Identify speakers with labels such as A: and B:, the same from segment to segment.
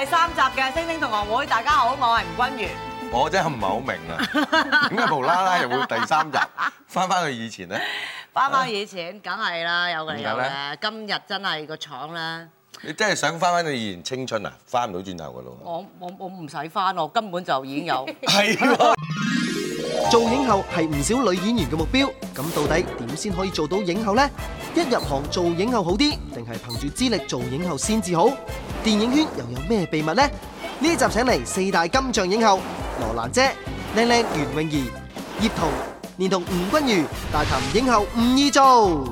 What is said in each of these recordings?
A: 係星星同學會，大家好，我係吳君如。
B: 我真係唔係好明啊，點解無啦啦又會第三集翻翻去以前咧？
A: 翻返以前，梗係啦，有嘅有
B: 點
A: 嘅。今日真係個廠咧，
B: 你真係想翻翻去以前青春啊？翻唔到轉頭噶咯
A: 我我我唔使翻，我根本就已經有。
B: 喎。係喎，
C: 做影后係唔少女演員嘅目標，咁到底點先可以做到影后呢？一入行做影后好啲，定係憑住資歷做影后先至好？電影圈又有咩秘密呢？呢一集請嚟四大金像影后羅蘭姐、靚靚袁詠儀、葉童，連同吳君如、大琴影后吳意做。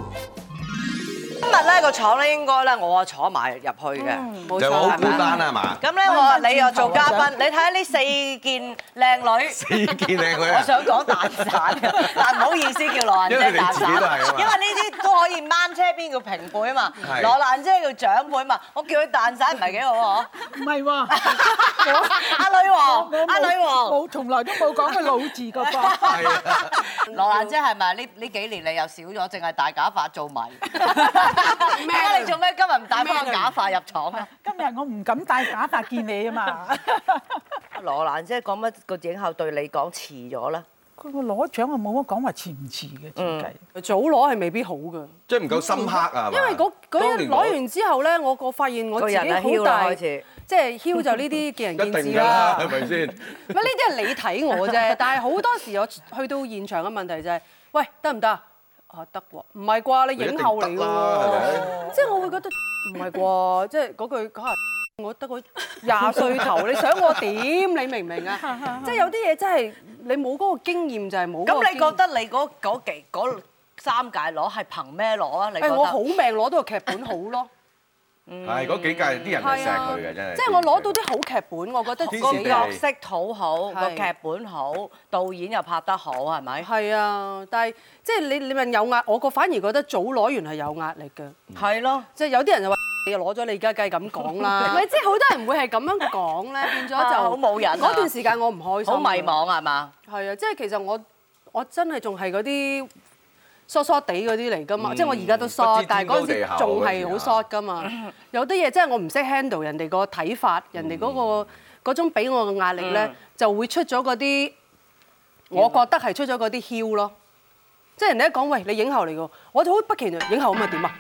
A: 今日咧個廠咧應該咧我啊坐埋入去嘅，冇
B: 就好
A: 錯
B: 孤
A: 係咪？
B: 單啊 嘛。
A: 咁咧嗯我你又做嘉賓，你睇下呢四件靚 女。
B: 意見靚佢
A: 我
B: 啊！
A: 想講蛋 散嘅，但唔好意思叫羅蘭
B: 因為
A: 姐
B: 你
A: 蛋
B: 自己
A: 散，因為
B: 都係啊嘛
A: 呢啲都可以掹車邊叫平輩啊嘛，
B: 係
A: 羅蘭姐叫長輩嘛，我叫佢蛋散唔係幾好啊嗬？
D: 唔係喎，我
A: 阿女王，
D: 我
A: 阿女王，
D: 冇從來都冇講過老字嘅 噃。
B: 係啊，
A: 羅蘭姐係咪呢呢幾年你又少咗，淨係大假髮做埋？ 而家你做咩今日唔戴翻個假髮入廠啊？
D: 今日我唔敢戴假髮見你啊嘛。
A: 羅蘭姐講乜個影后對你講遲咗啦？
D: 佢個攞獎我冇乜講話遲唔遲嘅，
A: 嗯
D: 設計。
E: 早攞係未必好噶，
B: 即係唔夠深刻啊。係嘛
E: 因為嗰嗰
B: 當
E: 日
B: 年
E: 攞完之後咧，我我發現我
A: 個
E: 自己
A: 人啊囂啦
E: 好大，
A: 開
E: 即
A: 始，
E: 係囂就呢啲見 仁
B: 一
E: 見
B: 定
E: 智
B: 㗎 啦，
E: 啦。
B: 係咪先？
E: 唔係呢啲係你睇我啫，但係好多時我去到現場嘅問題就係、喂得唔得啊？啊得喎，唔係啩？你影后嚟
B: 你一定得
E: 㗎
B: 啦係
E: 喎
B: 咪，
E: 即係我會覺得唔係啩？即係嗰句可能我得個廿歲頭，你想我點？你明唔明啊？即係有啲嘢真係你冇嗰個經驗就係冇嗰個經驗。
A: 咁你覺得你嗰嗰幾嗰三屆攞係憑咩攞啊？你覺
E: 誒哎我好
A: 得？
E: 命攞到個劇本好咯。
B: 係嗰幾屆啲人係錫佢嘅真係。
E: 啊即係我攞到啲好劇本，我覺得自
B: 天
E: 己
B: 時地利
A: 角色討好，
E: 係
A: 個劇本好，導演又拍得好，係咪？
E: 係啊，但係即係你你問有壓，我個反而覺得早攞完係有壓力嘅，
A: 係咯，
E: 即係有啲人就話 你又攞咗，你而家梗係咁講 啦，唔係即係好多人會係咁樣講咧，變咗就
A: 啊好冇癮啊
E: 嗰段時間我唔開心，
A: 好迷，茫係嘛？
E: 係啊，即係其實我我真係仲係嗰啲。疏疏地嗰啲嚟㗎嘛，即係我而家都疏
B: 嗯不知，
E: 但係嗰
B: 天高
E: 陣時
B: 地厚啊
E: 仲係好疏㗎嘛。有啲嘢真係我唔識 handle 人哋個睇法，人哋
B: 嗯
E: 嗰個嗰種俾我嘅壓力咧
A: 嗯，
E: 就會出咗嗰啲，我覺得係出咗嗰啲囂咯。即係人哋一講喂，你影后嚟㗎，我就好不期然影後咁啊點啊？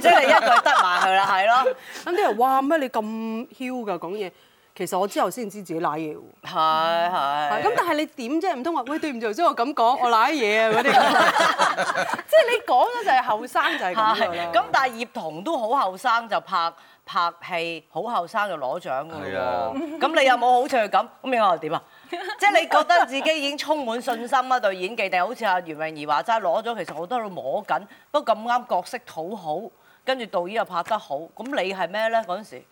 A: 即係你一句得埋佢啦，係咯，
E: 咁啲人哇咩你咁囂㗎講嘢，其實我之後先知自己賴嘢喎。
A: 係係。
E: 咁但係你點啫？唔通話喂對唔住，頭先我咁講，我賴嘢啊嗰啲， 即係你講咗就係後生就係咁㗎啦
A: 係咁但係葉童都好後生就拍拍戲，好後生就攞獎㗎
B: 係啊
A: 咯喎。咁你有冇好似佢咁？咁你話又點啊？即係你覺得自己已經充滿信心啦對演技，定係好似阿袁詠儀話齋攞咗，其實我都喺度摸緊，不過咁啱角色討好，跟住導演又拍得好，咁你係咩咧嗰陣時？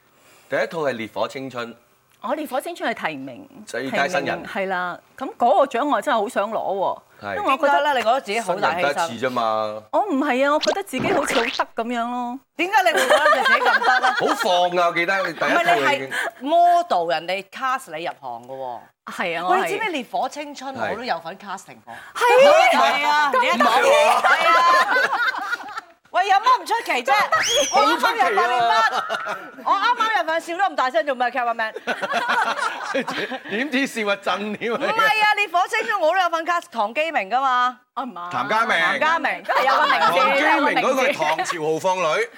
B: 第一套係《烈火青春》，
F: 我哋火星出去提名，
B: 最佳新人
F: 提名係啦。咁嗰個獎我真係好想攞
B: 係
F: 喎，因為我覺
A: 覺得
F: 得
A: 咧，你覺得自己好
B: 新
A: 大
B: 人
A: 犧
B: 得
A: 牲
B: 一。次啫嘛，
F: 我唔係啊，我覺得自己好似好得咁樣咯。
A: 點解你會覺得自己咁得 咧？
B: 好放㗎，我記得你第一
A: 唔係你
B: 套已
A: 係
B: 經。
A: model 人哋 cast 你入行嘅喎。
F: 係啊，我
A: 喂，你知
F: 係
A: 唔知《烈火青春》
B: 係
A: 我都有份 casting 喎。
F: 係啊
A: 係啊，你一講係啊。 喂，有乜唔出 奇啫？我啱啱入份連班，我啱啱入份笑得咁大聲做咩 c a m e r m a n
B: 點知事物震添
A: 唔係啊，《烈火青春》我都有份 cast 唐基明噶嘛，
F: 啊唔係
B: 譚家明，
A: 唐家明都係有個名
B: 唐
A: 字，
B: 家明嗰個
A: 個
B: 係唐朝豪放女，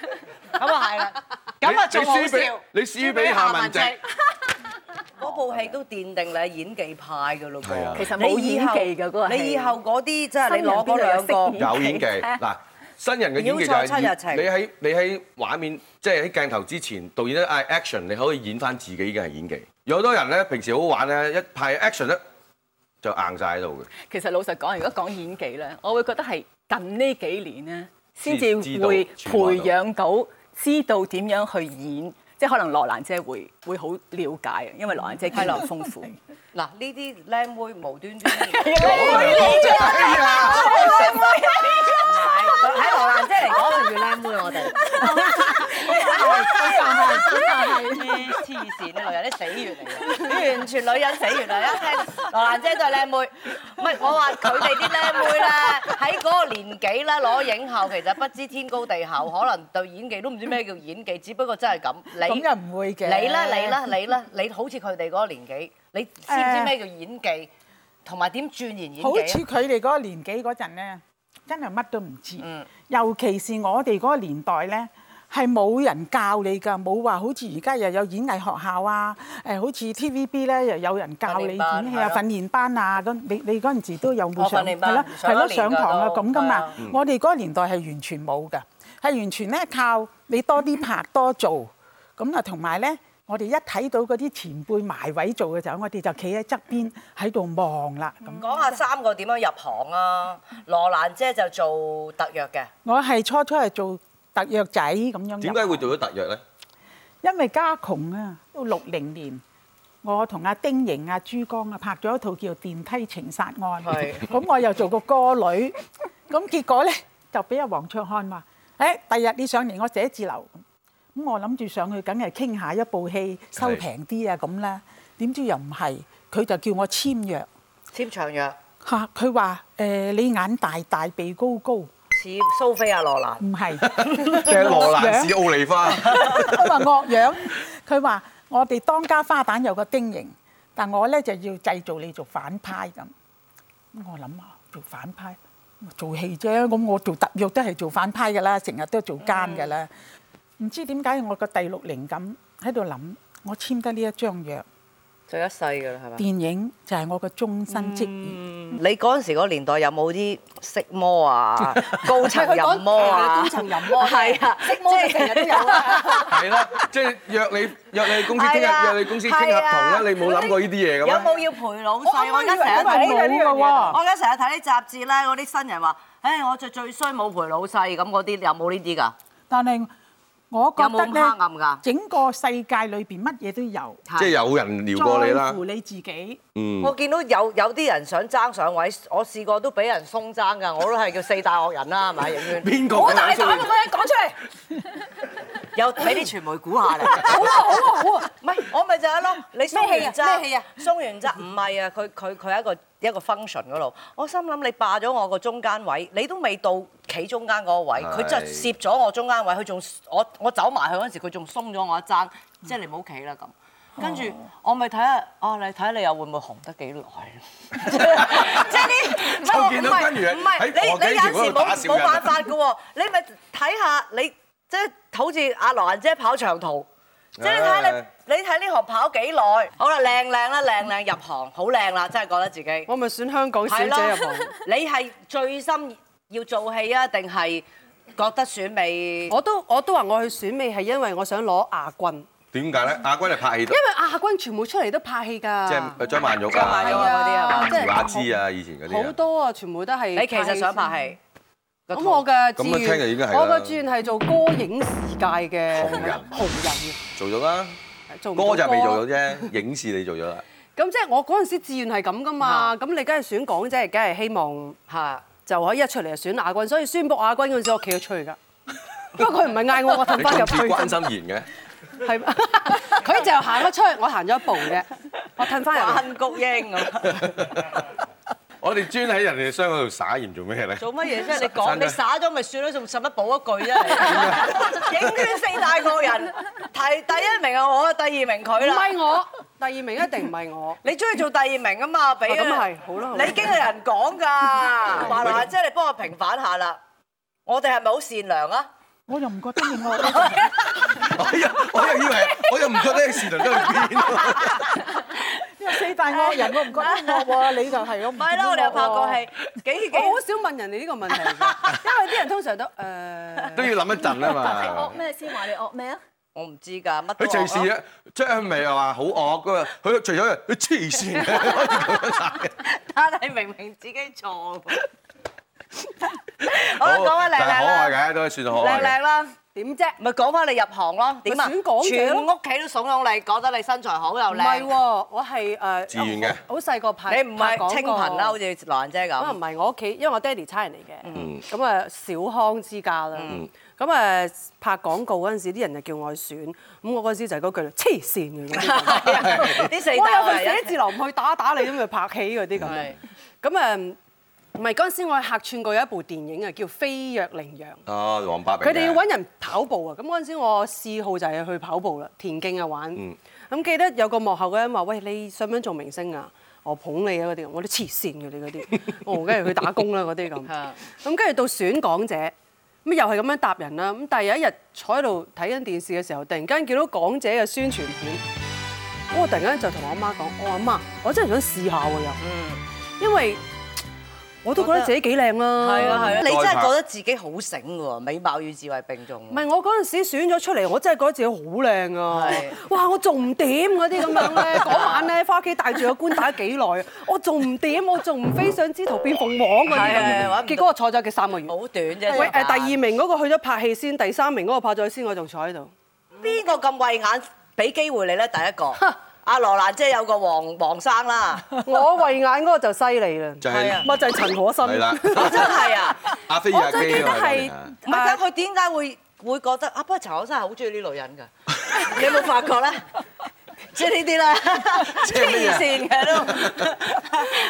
A: 咁啊係啦，咁啊
B: 你
A: 仲
B: 你
A: 好
B: 輸俾
A: 笑。
B: 你輸俾夏文汐，
A: 嗰部戲都奠定你演技派噶咯
B: 係啊
A: 噃，
F: 其實冇
A: 你以後
F: 演技㗎嗰個戲
A: 你以後嗰啲即係
F: 新
A: 你
F: 人
A: 攞嗰兩個
F: 邊度有識，
B: 有演技嗱。新人嘅演技就
A: 妖錯七日情
B: 係你喺你喺畫面，即係喺鏡頭之前，導演咧嗌 action，你可以演翻自己嘅演技。有好多人咧，平時好玩咧，一派 action 咧就硬晒喺度嘅。
F: 其實老實講，如果講演技咧，我會覺得係近呢幾年咧，先至
B: 知道
F: 會培
B: 轉
F: 養到知道點樣去演，即係可能羅蘭姐會會好了解，因為羅蘭姐經驗 豐富。
A: 嗱呢啲靚妹無端端
B: 哎呀
A: 喺羅蘭姐嚟講，仲要靚妹我哋。
D: 多謝
A: 黐線啲女人啲死穴嚟嘅，完全女人死穴嚟。一聽羅蘭姐就係靚妹，唔係我話佢哋啲靚妹咧，喺嗰個年紀咧攞影后，其實不知天高地厚，可能對演技都唔知咩叫演技，只不過真係咁。
D: 咁
A: 你
D: 又唔會嘅。
A: 你啦，你啦，你啦，你好似佢哋嗰個年紀，你知唔知咩叫演技，同埋點鑽研演技
D: 好
A: 啊
D: 似佢哋嗰個年紀嗰陣咧，真係乜都唔知。
A: 嗯
D: 尤其是我哋嗰個年代咧。係冇人教你㗎，冇話好似而家又有演藝學校啊，誒好似 TVB 咧又有人教你演戲啊、
A: 訓
D: 訓練班啊咁，你你嗰陣時都有冇
A: 哦
D: 上
A: 訓練班
D: 啦，
A: 上
D: 係
A: 咗
D: 咯
A: 年
D: 上堂啊
A: 㗎都
D: 咁
A: 係
D: 㗎
A: 啊
D: 嘛。我哋嗰個年代係完全冇㗎，係完全咧靠你多啲拍多做，咁啊同埋咧。我哋一睇到嗰啲前輩埋位做嘅時候，我哋就企喺側邊喺度望啦。咁
A: 講下三個點樣入行啊？羅蘭姐就做特約嘅，
D: 我係初初係做特約仔咁樣。
B: 點解會？做咗特約咧？
D: 因為家窮啊，到六零年，我同阿丁瑩、阿珠江啊拍咗一套叫《電梯情殺案》，
A: 係
D: 咁我又做個歌女，咁結果咧就俾阿黃卓 漢話：，誒、第日你上嚟我寫字樓。咁我諗住上去，梗係傾下一部戲收
B: 係
D: 平啲啊咁啦。點知又唔係，佢就叫我簽約
A: 簽長約，
D: 嚇，佢話誒你眼大大鼻高高，唔
A: 似蘇菲亞羅蘭。
D: 係。
B: 嘅羅蘭士奧利花，
D: 佢話惡樣， 佢話我哋當家花旦有個丁型，但我咧就要製造你做反派咁。咁我諗啊，做反派做戲啫，咁我做特約都係做反派噶啦，成日都做奸噶啦。唔、知點解我個第六靈感喺度諗，我簽得呢一張約，
A: 就一世㗎啦，係嘛？嗯
D: 電影就係我個終身職業。
A: 你嗰陣時個年代有冇啲色魔啊、 高層淫魔啊、
E: 高層淫魔
A: 係啊，
E: 色魔就成日都有啊。
B: 係啦，即係約你約你公司聽日
A: 係啊
B: 約你公司傾合同啦，
A: 係啊
B: 你冇諗過呢啲嘢
A: 有
B: 嘅咩？
A: 冇要陪老
D: 我啱
A: 細？
D: 啱
A: 我而家
D: 以為
A: 成日睇
D: 你話冇㗎喎
A: 我而家成日睇啲雜誌咧，嗰啲新人話：，唉，我就最衰冇陪老細咁嗰啲，有冇呢啲㗎？
D: 但係我覺得
A: 有冇咁黑暗
D: 咧
A: 㗎，
D: 整個世界裏邊乜嘢都有，
B: 即係有人撩過你
D: 在
B: 啦
D: 乎，你自己。
B: 嗯，
A: 我見到有有啲人想爭上位，我試過都俾人鬆爭㗎，我都係叫四大惡人啦，係咪？永遠
B: 邊個
E: 好
B: 咁
E: 大
B: 樣
E: 膽啊！嗰
B: 騷擾
E: 個人講出嚟，
A: 有俾啲傳媒估下咧。
E: 好啊好啊好啊！
A: 唔係，我咪就係咯，你鬆
E: 咩戲
A: 完
E: 啊
A: 渣，
E: 咩戲啊
A: 鬆完渣唔係啊，佢佢佢喺一個一個 function 嗰度，我心諗你霸咗我個中間位，你都未到企中間嗰個位，
B: 係
A: 佢就攝咗我中間位，佢仲我我走埋去嗰陣時，佢仲鬆咗我一爭，即係你唔好企啦咁。跟住我咪睇下，哦，你睇下你又會唔會紅得幾耐？即係呢，唔係我
B: 就
A: 唔
B: 見到
A: 係
B: 君如喺
A: 唔
B: 喺
A: 係，你
B: 何
A: 你
B: 啟
A: 有
B: 朝嗰
A: 時
B: 度
A: 冇
B: 打小
A: 冇
B: 人啊
A: 辦法㗎喎，你咪睇下你即係好似阿羅蘭姐跑長途。即係你睇你
B: 唉
A: 你睇呢行跑幾耐？好啦，靚靚啦，靚靚入行，好靚啦，真係覺得自己
E: 我咪選香港小姐
A: 係咯
E: 入行。
A: 你係最心要做戲啊，定係覺得選美？
E: 我都我都話我去選美係因為我想攞亞軍，
B: 點
E: 因
B: 解咧？亞軍係拍戲多，
E: 為亞軍全部出嚟都拍戲㗎，
B: 即係張曼玉
A: 張曼玉
B: 啊、
A: 啊嗰啲係嘛？
E: 即係
B: 姚雅芝啊，以前嗰啲啊
E: 好多啊，全部都係
A: 你其實想拍戲？
E: 咁我嘅
B: 咁
E: 志
B: 啊聽就已經係
E: 願，
B: 啦
E: 我嘅志願係做歌影視界嘅
B: 紅人
E: 紅人
B: 做咗啦，
E: 做唔到
B: 歌就未做到啫，影視你做咗啦。
E: 咁即係我嗰陣時志願係咁噶嘛，咁你梗係選港姐，梗係希望
A: 係
E: 就可以一出嚟就選亞軍，所以宣佈亞軍嗰陣時，我企咗出 去㗎。不過佢唔係嗌我，我
B: 你
E: 褪翻入
B: 咁
E: 去
B: 似關心妍
E: 係 佢就行咗出去，我行咗一步嘅，我褪翻入嚟。
A: 關菊英咁，
B: 嘅，我哋專喺人哋傷嗰度撒鹽做咩咧？
A: 做乜嘢啫？你講
B: 散咗
A: 你耍咗咪算咯，仲使乜補 一句啫？你影圈四大個人，提第一名係我，第二名佢
E: 唔
A: 啦。
E: 係我，第二名一定唔 係我。
A: 你中意做第二名啊嘛，俾
E: 哦咁係好啦好啦
A: 你經理人 講㗎，話嗱，即係你幫我平反下啦。我哋係咪好善良啊？
D: 我又唔覺得你惡咧。
B: 我又我又以為，我又唔覺得你視倫都去邊。
D: 四大惡人，我唔覺得惡喎，你就係我唔
A: 唔係啦，我哋又拍過 戲，幾幾
E: 我好少問人哋呢個問題 嘅，因為啲人通常都誒。呃
B: 都要諗一陣啊
F: 你惡
B: 嘛。
F: 咩先話你惡咩啊？
A: 我唔知㗎，乜都
B: 佢隨時
A: 啊，
B: 啊，張美又話好惡噶嘛，佢除咗佢黐線嘅，可以咁樣打嘅
A: 但係明明自己錯喎。好啦，
B: 好
A: 講下靚
B: 但係
A: 靚
B: 可愛嘅嘅，都算可
A: 靚
B: 愛嘅。
A: 靚啦。
E: 點啫？
A: 咪講翻你入行咯，點啊？
E: 咪選港姐
A: 全
E: 咯
A: 屋企都慫恿你，覺得你身材好又
E: 唔係
A: 靚。
E: 喎，我係誒
B: 自願嘅
E: 好細個拍
A: 你唔係清貧啦，好
E: 好似
A: 似蘭姐
E: 可啊能唔
A: 咁。
E: 係我屋企，因為我爹哋差人嚟嘅，咁啊小康之家啦，咁誒拍廣告嗰陣時，啲人就叫我去選，咁我嗰陣時就係嗰句黐線嘅嗰 啲。
A: 啲四
E: 我有
A: 大
E: 份寫字樓唔去打打你，咁咪拍戲嗰啲咁
A: 啊係
E: 樣。咁誒，唔係嗰陣時我係客串過有一部電影啊，叫《飛躍羚羊》。
B: 啊，黃百鳴嘅。
E: 佢哋要揾人跑步啊！咁嗰陣時我嗜好就係去跑步啦，田徑啊玩。
A: 嗯
E: 咁、記得有個幕後嘅人話：喂，你想唔想做明星啊？我捧你啊嗰啲，我都黐線嘅你 嗰啲，我跟住去打工啦嗰啲咁。
A: 嚇
E: 咁跟住到選港姐，咁又係咁樣答人啦。咁但係有一日坐喺度睇緊電視嘅時候，突然間見到港姐嘅宣傳片，哦我突然間就同我阿媽講：我話媽，我真係想試下喎又，
A: 嗯
E: 因為我都覺得自己幾靚啦。
A: 係啊係啊，你真係
B: 再拍
A: 覺得自己好醒喎，美貌與智慧並重。
E: 唔係我嗰陣時選咗出嚟，我真係覺得自己好靚啊
A: 係！
E: 哇，我仲唔掂嗰啲咁樣 咧？嗰晚咧翻屋企戴住個冠戴咗幾耐啊！我仲唔掂，我仲唔飛上枝頭變鳳凰
A: 係
E: 嗰
A: 係係玩唔
E: 啲咁。
A: 到
E: 結果我坐咗嘅三個月。
A: 好短啫。
E: 喂
A: 時間
E: 誒，第二名嗰個去咗拍戲先，第三名嗰個拍咗戲先，我仲坐喺 度。
A: 邊個咁慧眼俾機會你咧？第一個 阿羅蘭姐有個黃黃生啦，
E: 我慧眼嗰個就犀利啦，
B: 就
A: 係
B: 係
A: 啊
E: 咪就係陳可辛。
B: 係 啦，
A: 真係啊！
B: 阿飛
E: 我
B: 阿基
E: 最記得
B: 啊嘛
E: 係
A: 唔係，但係佢點解會會覺得啊？不過陳可生係好中意呢類人㗎， 你有冇發覺咧？ 即係呢啲啦，
B: 咩
A: 黐
B: 啊
A: 線嘅都。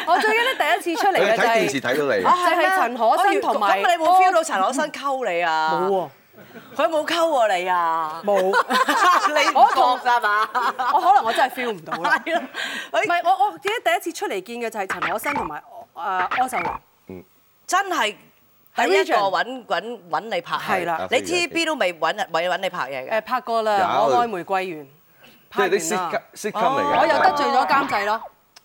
E: 我最記得第一次出嚟
B: 你
E: 嘅
B: 睇
E: 就
B: 電視
E: 係
B: 睇到你。
A: 啊係咩
E: 就係陳可辛同
A: 咁
E: 埋
A: 你冇 feel 到陳可辛溝你啊？
E: 冇喎，
A: 佢冇溝過你啊？
E: 冇。
A: 你唔
E: 我同
A: 覺㗎嘛？
E: 我可能我真係 feel 唔到啦。
A: 係啦，
E: 唔
A: 喂，
E: 係我我記得第一次出嚟見嘅就係陳可辛同埋誒柯受良，
A: 真係第一個揾揾揾你拍戲
E: 係啦
A: 你 TVB 都未揾未揾你拍嘢
E: 誒
A: 嘅，
E: 拍過
B: 有
E: 啦，我愛玫瑰園，
B: 即係
E: 拍
B: 啲
E: 完
B: sitcom
E: 啦，
B: sitcom 嚟嘅。
E: 我又得罪咗監製咯，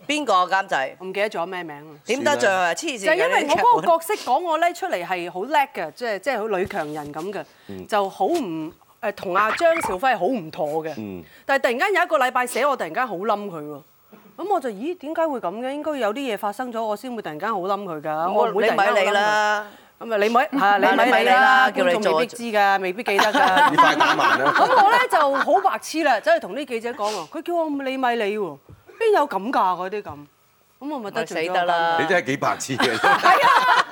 A: 邊個監製？
E: 我唔記得咗咩名啦。
A: 點得罪佢啊？黐線嘅！
E: 就係因為我嗰個
A: 個
E: 角色講我咧出嚟係好叻嘅，即係即係好女強人咁
B: 嗯
E: 嘅，就好唔誒同阿張兆輝係好唔妥
B: Ừ. 嗯
E: 嘅。但係突然間有一個禮拜寫我，突然間好冧佢喎。咁我就咦點解會咁嘅？應該有啲嘢發生咗，我先會突然間好冧佢㗎。我唔會
A: 你
E: 突
A: 咪
E: 然間好冧
A: 你
E: 佢。
A: 啦，
E: 咁啊，你 咪係啊你咪你啦，觀眾未必知㗎，未必記 得
B: 你
E: 㗎。
B: 快打慢啊 啦！
E: 咁我咧就好白痴啦，走去同啲記者講喎，佢叫我你咪你喎，邊有咁㗎嗰啲咁，咁我咪得
A: 咪
E: 罪
A: 死
E: 咗
A: 得啦！
B: 你真係幾白痴嘅，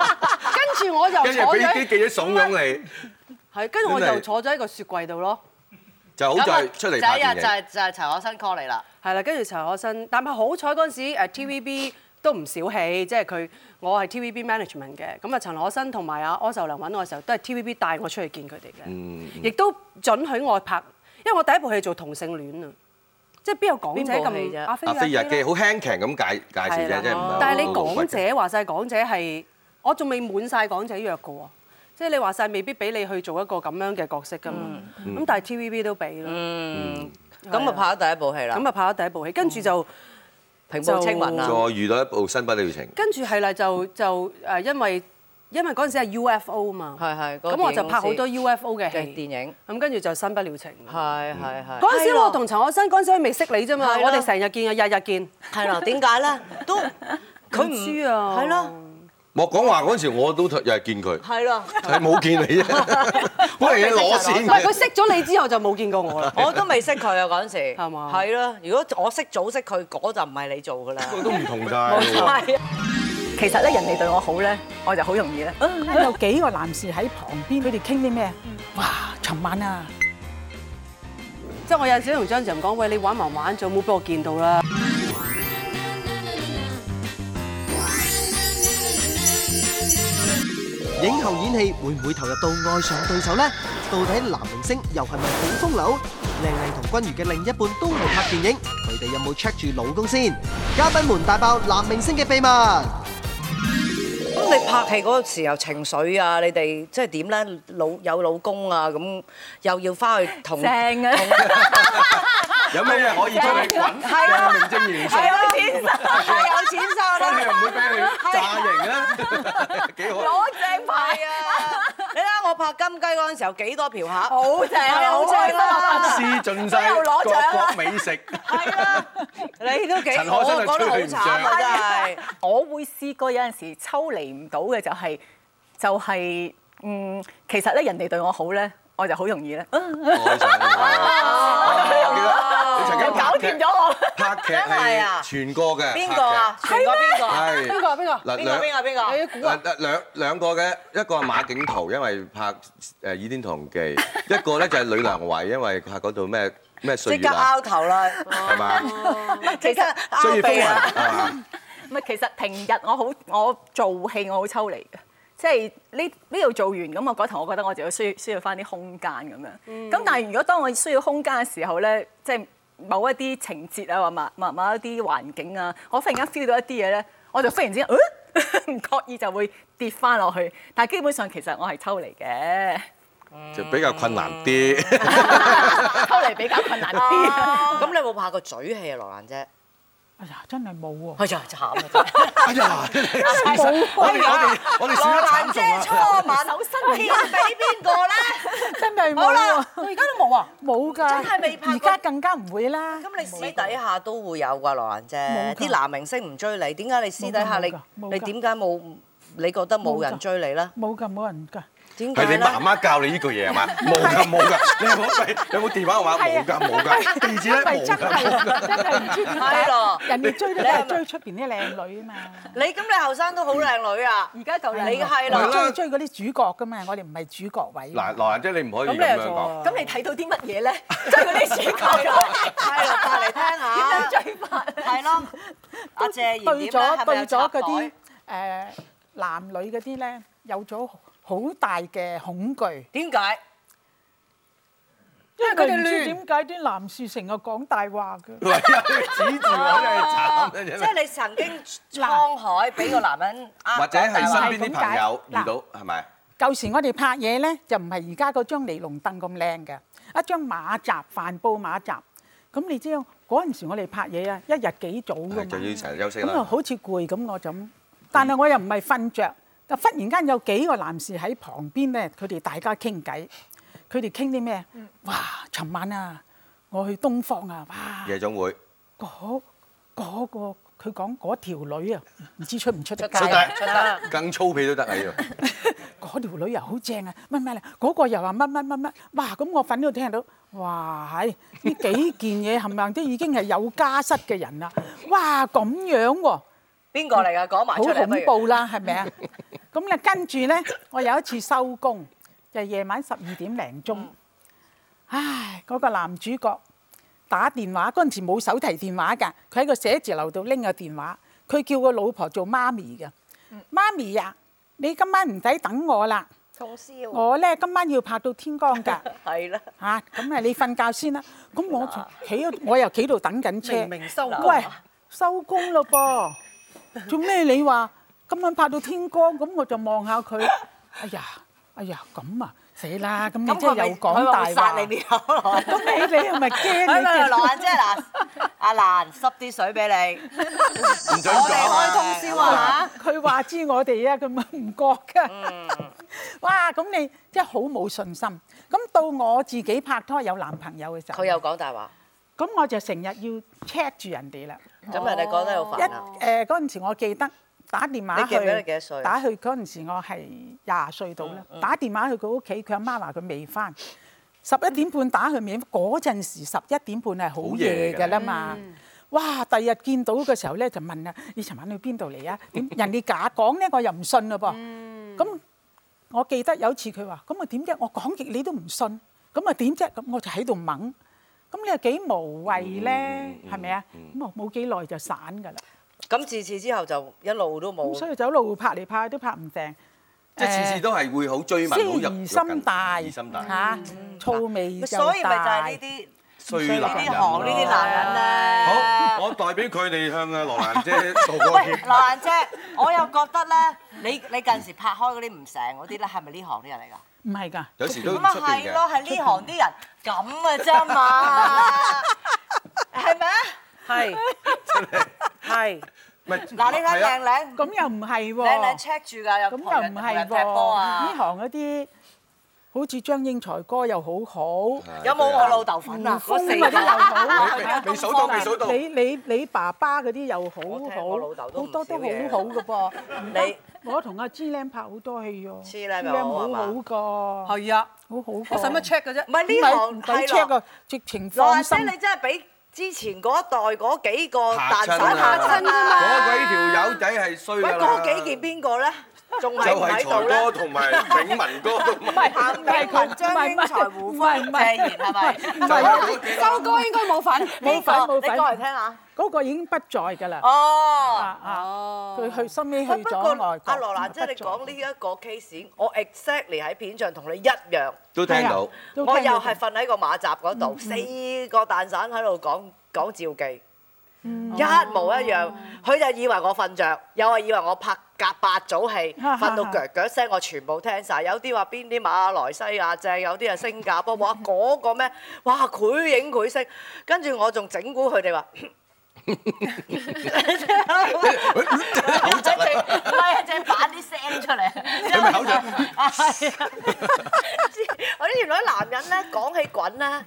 E: 跟住我又
B: 跟住
E: 坐
B: 俾啲
E: 咗，
B: 記者慫恿你，
E: 係跟住我就坐咗喺個雪櫃度咯，
B: 就好在出嚟拍
A: 就一日就
B: 電影。
A: 係就係陳可辛 call 你啦。
E: 係啦，跟住陳可辛，但係好彩嗰陣時誒 TVB 都唔小氣，即係佢我係 TVB management 嘅，咁啊陳可辛同埋阿柯受良揾我嘅時候，都係 TVB 帶我出去見佢哋嘅，亦都准許我拍，因為我第一部戲做同性戀啊，即係邊有港姐
A: 邊部戲
E: 咁
A: 啫
E: 阿飛
B: 阿飛日
E: 啦
B: 記好輕強咁介介紹啫，即係唔係好
E: 但係
B: 好
E: 你
B: 好
E: 港
B: 貴
E: 姐話晒港姐係，我仲未滿晒港姐約嘅喎。即係你話晒未必俾你去做一個咁樣嘅角色㗎嘛，咁但係 TVB 都俾啦，
A: 咁啊拍咗第一部戲啦，
E: 咁啊拍咗第一部戲，跟住就
A: 平步青雲啦。
B: 再遇到一部新不了情，
E: 跟住係啦，就就誒因為因為嗰陣時係 UFO 嘛，
A: 係係嗰個
E: 咁我就
A: 電影公司
E: 拍好多 UFO 嘅
A: 嘅
E: 戲，
A: 電影
E: 咁跟住就新不了情。
A: 係係係。
E: 嗰陣時我同陳可辛嗰陣時佢未識你啫嘛，
A: 係咯
E: 我哋成日見嘅，日日見。
A: 係啦，點解咧？都佢唔
E: 唔知啊
A: 係咯
B: 莫講話嗰陣時我都又係見佢，
A: 係咯，
B: 係冇見你啫，本嚟你攞
E: 唔
B: 線
E: 係佢
B: 嘅。
E: 識咗你之後就冇見過我啦。
A: 我都未識佢啊嗰陣時。
E: 係嘛
A: 係咯，如果我識早識佢，嗰就唔係你做㗎啦。
B: 都唔同曬，
A: 係啊
F: 其實咧，人哋對我好咧，我就好容易咧。啊
A: 嗯
D: 有幾個男士喺旁邊，佢哋傾啲咩？哇！尋晚啊，
E: 即係我有陣時同張智霖講：喂，你玩埋玩咗，冇俾我見到啦。
C: 影后演戲會唔會投入到愛上對手呢？到底男明星又係咪好風流？靚靚同君如嘅另一半都嚟拍電影，佢哋有冇 check 住老公先？嘉賓們大爆男明星嘅秘密。
A: 咁你拍戲嗰時候情緒啊，你哋即係點咧？老有老公啊，咁又要翻去同
F: 正啊！
B: 有咩嘢可以將你滾？
A: 係啊
B: 係名正言順，
A: 有錢收，係有錢收
B: 真
A: 啦。
B: 係唔會俾你炸型 啊！幾好，
A: 正牌啊！你睇我拍金雞嗰陣時候幾多嫖客，
F: 好正啊
A: 係啊好正啦！
B: 試盡晒
F: 又攞
B: 各
F: 獎啦
B: 國美食，
A: 係啦，你都幾
B: 陳
A: 我
B: 可辛就
A: 覺得好
B: 追唔
A: 慘啊！真係
F: 我會試過有陣時抽離唔到嘅就係、就係、嗯，其實咧人哋對我好咧，我就好容易咧，啊
B: 開心啊！你曾經
F: 搞
B: 拍
F: 掂
B: 劇
F: 咗我。
B: 拍劇
A: 真係
B: 係
A: 啊
B: 傳過嘅，
A: 邊個啊？
B: 拍
A: 全個邊個啊？
B: 劇？
E: 邊
B: 係
E: 個啊邊個？
B: 嗱
A: 邊個邊個邊個？
E: 你要估啊！
B: 嗱兩兩個嘅，一個係馬景圖，因為拍誒《倚天屠龍記》，一個咧就係呂良偉，因為拍嗰度咩咩歲
A: 即
B: 月
A: 刻
B: 啊，
A: 拗頭啦！
B: 係嘛？
A: 即刻
B: 歲
A: 拗
B: 月風
A: 鼻啊！
B: 雲係嘛？
F: 唔係，其實平日我好我做戲我好抽離嘅，即係呢呢度做完咁，我嗰頭我覺得我自己需需要翻啲空間咁樣。咁、
A: 嗯
F: 但係如果當我需要空間嘅時候咧，即係某一啲情節啊，或某某某一啲環境啊，我忽然間 feel 到一啲嘢咧，我就忽然之間，呃 唔覺意就會跌翻落去。但係基本上其實我係抽離嘅，
B: 就比較困難啲。
F: 抽離比較困難 啲。
A: 咁你有冇拍過嘴戲啊，羅蘭姐？
D: 哎呀，真係冇喎。
A: 哎呀，慘啊！真係
B: 哎呀，真係我哋我哋我哋少
A: 羅
B: 得
A: 蘭
B: 慘
A: 姐
B: 重啊！
A: 初吻手身 獻俾邊個咧？
D: 真係
A: 好
D: 冇
A: 啦
D: 啊，，
A: 到而家都冇啊！
D: 冇㗎，
A: 真係未拍過
D: 而家更加唔會啦。
A: 咁你私底下都會有㗎，羅蘭姐。
D: 冇㗎
A: 啲男明星唔追你，點解你私底下
D: 冇㗎
A: 你
D: 冇㗎
A: 你點解冇？你覺得冇人追你咧？
D: 冇㗎，冇人㗎。
A: 點解
B: 係你
A: 咧？
B: 媽媽教你呢句嘢係嘛？冇㗎冇㗎，你有冇有冇電話號碼？冇㗎冇㗎，地址咧冇
D: 真係
B: 㗎。
D: 真係唔知點
A: 係咯啊
D: 解，人哋追都
A: 你係咪
D: 係追出邊啲靚女啊嘛。
A: 你咁你後生都好靚女啊！
F: 而家就
A: 你
F: 你
A: 係
B: 咪
A: 啦
B: 啦。
D: 追追嗰啲主角㗎嘛，我哋唔係主角位。
B: 嗱，羅蘭姐你唔可以
E: 咁
B: 咁樣
E: 你又做
B: 講。
E: 啊？
F: 咁你睇到啲乜嘢咧？ 即係嗰啲主角咯，
A: 係啦，帶嚟聽下。
F: 點樣追法呢？
A: 係咯，阿謝賢點
D: 對
A: 咧？
D: 咗
A: 係咪有插
D: 對咗
A: 袋
D: 嗰啲誒男女嗰啲咧，有咗好大嘅恐懼，
A: 點解？
D: 因為
E: 佢
D: 佢
E: 哋
D: 哋唔知
E: 亂
D: 點解啲男士成日講大話㗎。
B: 喂，指住我真係慘啊真
A: 即
B: 係
A: 係你曾經滄海俾個男人呃
B: 或者係
A: 但
B: 身
A: 話
B: 邊啲朋友遇到係咪？
D: 舊時我哋拍嘢咧，就唔係而家嗰張尼龍凳咁靚嘅，一張馬扎帆布馬扎。咁你知道嗰陣時我哋拍嘢啊，一日幾早㗎嘛，
B: 係就要成日休息
D: 咁啊，
B: 啦。
D: 好似攰咁，我就咁。但係我又唔係瞓着，但忽然間有幾個男士喺旁邊咧，佢哋大家傾偈，佢哋傾啲咩？哇！尋晚啊，我去東方啊，哇！
B: 夜總會
D: 嗰嗰個佢講嗰條女啊，唔知出唔出得街
A: 出
D: 啊？
A: 街出得
B: 更粗鄙都得 喺度。
D: 嗰條女又好正啊，乜乜啦，嗰個又話乜乜乜乜，哇！咁我瞓喺度聽到，哇！係呢幾件嘢冚唪唥都已經係有家室嘅人啦，哇！咁樣喎、
A: 邊個嚟㗎？講埋
D: 嗯好
A: 出嚟不
D: 恐
A: 如。
D: 怖啦，係咪啊？咁咧跟住咧，我有一次收工，就係夜晚十二點零鐘。唉，嗰、個男主角打電話嗰陣時冇手提電話㗎，佢喺個寫字樓度拎個電話，佢叫個老婆做媽咪㗎。媽咪呀、你今晚唔使等我啦，
A: 通宵。
D: 我咧今晚要拍到天光 㗎。
A: 係啦。
D: 嚇，咁啊你瞓覺先啦。咁我就企喺度，我又企度等緊車。
E: 明明收工
D: 喂，收工咯噃，做咩你話今晚拍到天光？咁我就望下佢，哎呀，哎呀，咁啊，死啦！ 咁你
A: 咁
D: 即
A: 佢
D: 係
A: 咪
D: 又
A: 佢咪
D: 講大
A: 會
D: 話
A: 殺。你面口 落。
D: 咁 你你係咪
A: 唔係
D: 驚
A: 唔
D: 你
A: 係， 羅
D: 嘅？
A: 蘭姐嗱， 阿蘭濕啲水俾你，
B: 唔準
A: 我哋開
B: 講。
A: 通宵啊
D: 佢話知我哋啊，佢咪唔覺㗎。哇！咁你即係好冇信心。咁到我自己拍拖有男朋友嘅時
A: 嚇！
D: 候
A: 佢，又講大話，
D: 咁我就成日要 check 住人哋啦。
A: 咁人哋覺得好
D: 一
A: 煩啊！
D: 誒嗰陣時，我記得打電話
A: 你記唔記得你幾多
D: 去
A: 歲啊嗯
D: 打去嗰陣時，我係廿歲到啦。打電話去佢屋企，佢阿媽話佢未翻。十一點半打去未，嗰陣時十一點半係好夜㗎啦嘛。
A: 嗯
D: 哇！第日見到嘅時候咧，就問啊：你尋晚去邊度嚟啊？點人哋假講咧，我又唔信嘞噃。
A: 嗯
D: 咁我記得有一次佢話：咁啊點啫？我講極你都唔信，咁啊點啫？咁我就喺度掹。咁你又幾無謂咧？
B: 嗯
D: 係咪啊？咁啊冇幾耐就散㗎啦。
A: 咁自此之後就一路都冇
D: 咁。所以就一路拍嚟拍去都拍唔定，
B: 即係次次都係會好追問，好
D: 先
B: 入
D: 疑心大，
B: 入緊疑心大，嗯
D: 嚇，醋味又大，
A: 所以咪就係呢啲
B: 衰
A: 呢
B: 男人
A: 啲
B: 啊
A: 行呢啲男人咧。
B: 好，我代表佢哋向阿羅蘭姐道個
A: 喂，
B: 歉。
A: 羅蘭姐，我又覺得咧，你你近時拍開嗰啲唔成嗰啲咧，係咪呢行啲人嚟㗎？
D: 唔係㗎，
B: 有時都
A: 咁啊
B: 出邊
A: 係咯，
B: 嘅。
A: 係呢行啲人咁嘅啫嘛，係咪啊？
E: 係係
B: 嗱，
A: 嗱，你睇靚靚，
D: 咁又唔
A: 靚
D: 係
A: 靚
D: 喎，
A: check 住㗎，有
D: 咁
A: 同
D: 又唔
A: 人同
D: 係
A: 人踢
D: 喎，
A: 波
D: 呢
A: 啊？
D: 行嗰啲好似張英才哥又好好，
A: 有冇我老豆粉啊？
D: 胡楓嗰啲又好。
B: 你數到未數到？
D: 你你你爸爸嗰啲又好
A: 我聽我老豆
D: 好，
A: 都唔
D: 好多都
A: 少嘢
D: 好好嘅噃。
A: 你
D: 我同阿 G Lam 拍好多戲喎
A: G Lam 又
D: Lam
A: 好係嘛
D: 好好㗎，
E: 係啊，
D: 好好㗎。
E: 我使乜 check 嘅啫？
A: 唔係呢
D: 唔
A: 行
D: 使唔使
A: 係
D: check
A: 咯
D: 啊，直情
A: 羅
D: 放
A: 蘭
D: 心
A: 姐，。你真係俾之前嗰一代嗰幾個
B: 嚇
A: 蛋散
B: 親啦
A: 嚇親啊嘛！
B: 嗰幾條友仔係衰
A: 喂，
B: 㗎啦
A: 嗰幾件邊個咧？仲
B: 就
A: 喺唔
B: 係
A: 喺度
B: 財
A: 咧
B: 哥？同埋炳文哥同埋，
A: 彭美文、張英才、胡芳、謝賢係咪？
B: 就係嗰幾
E: 周哥應該冇份。
D: 冇份冇
A: 你過嚟聽
D: 份，
A: 下。
D: 嗰個已經不在㗎啦。啊
A: 哦。
D: 啊！佢去收尾去
A: 喂不
D: 咗
A: 過
D: 外國。
A: 阿羅蘭姐，你講呢一個 case，我 exactly 喺片場同你一樣，
B: 都聽
D: à?
B: 到。
D: 都
A: 我
D: 聽
A: 又
D: 到嗯
A: 係瞓喺個馬扎嗰度，四個蛋散喺度講講照記。
D: 嗯
A: 一模一樣，
D: 哦
A: 佢就以為我瞓着，又係以為我拍夾八組戲，瞓到腳腳聲，我全部聽晒。有啲話邊啲馬來西亞正，有啲係新加坡，哇嗰個咩，哇佢影佢聲，跟住我仲整蠱佢哋話。唔係啊，
B: 口窒啦，
A: 淨係反啲聲出嚟。
B: 佢咪口窒。
A: 我啲原來男人咧講起滾咧，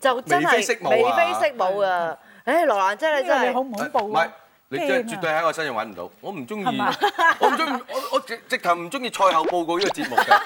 A: 就真
B: 眉飛色
A: 係
B: 舞啊
A: 眉飛色舞啊！誒，羅蘭姐你真
D: 因為你好
A: 係
D: 唔恐怖
B: 唔
D: 啊
B: 係，你真係
D: 驚啊
B: 絕對喺我身上揾唔到。我唔中意
D: 係 嘛，
B: 我唔中意，我我直直頭唔中意賽後報告呢個節目嘅。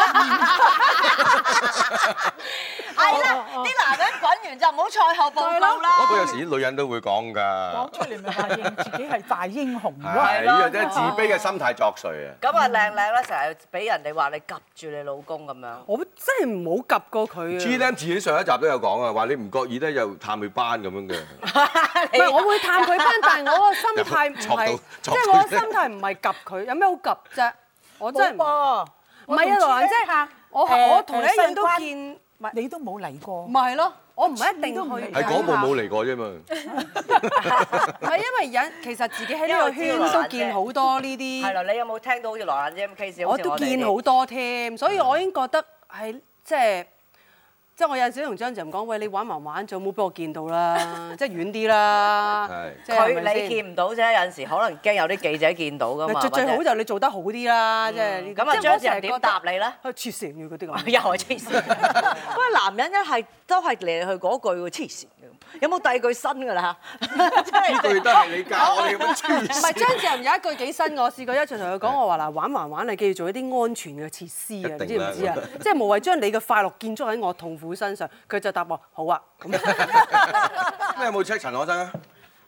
A: 係啦，啲男人滾完就唔好賽後報告
B: 不過
A: 啦。
B: 有時啲女人都會講㗎
D: 講。出嚟咪話認自己係大英雄咯。
B: 係呢個真係自卑嘅心態作祟啊！
A: 咁啊，靚靚咧，成日俾人哋話你及住你老公咁樣。
E: 我真係唔好及過佢
B: G
E: 啊！
B: Lam 自己上一集都有講啊，話你唔覺意咧又探佢班咁樣嘅，
E: 唔係，我會探佢班，但係我個心 態唔
B: 戳
E: 係
B: 到，
E: 即
B: 戳
E: 係
B: 到
E: 我個心態唔係及佢，有咩好及啫？我真係
D: 真
E: 唔
D: 噃，
E: 唔係啊，羅蘭姐，我我同你一樣都見，唔係
D: 你都冇嚟過
E: 唔。係咯，我唔係一定
D: 你都唔
E: 去
D: 係
B: 係嗰部冇嚟過啫嘛。
E: 唔係因為人其實自己喺呢個圈都見好多呢
A: 係
E: 啲，
A: 咯，你有冇聽到好似羅蘭姐咁 case？
E: 我
A: 好似
E: 都
A: 哋
E: 見好多添，所以我已經覺得係即係。即係我有陣時同張振講，喂，你玩埋玩，仲冇俾我見到啦，即係遠啲啦
B: 係，
E: 即係係咪
A: 佢
E: 先
A: 你見唔到啫，有陣時可能驚有啲記者見到噶嘛。
E: 最最
A: 或者
E: 好就你做得好啲啦，即係呢啲
A: 咁啊，
E: 即係我
A: 張智
E: 成
A: 霖
E: 日
A: 點
E: 覺
A: 答
E: 得
A: 你咧？
E: 佢黐線嘅嗰啲咁。
A: 又係黐線， 不過男人一係都係嚟嚟去嗰句喎，黐線嘅。有冇第二句新㗎 啦？呢
B: 呢句都係你教我哋咁樣黐
E: 唔
B: 線
E: 係張智霖有一句幾新，我試過一次同佢講，我話嗱玩還玩，你記住做一啲安全嘅設施啊，你
B: 一
E: 知
B: 定
E: 唔
B: 啦
E: 知啊？即係無謂將你嘅快樂建築喺我痛苦身上。佢就答我好啊，咁
B: 你有冇 check 陳可生啊？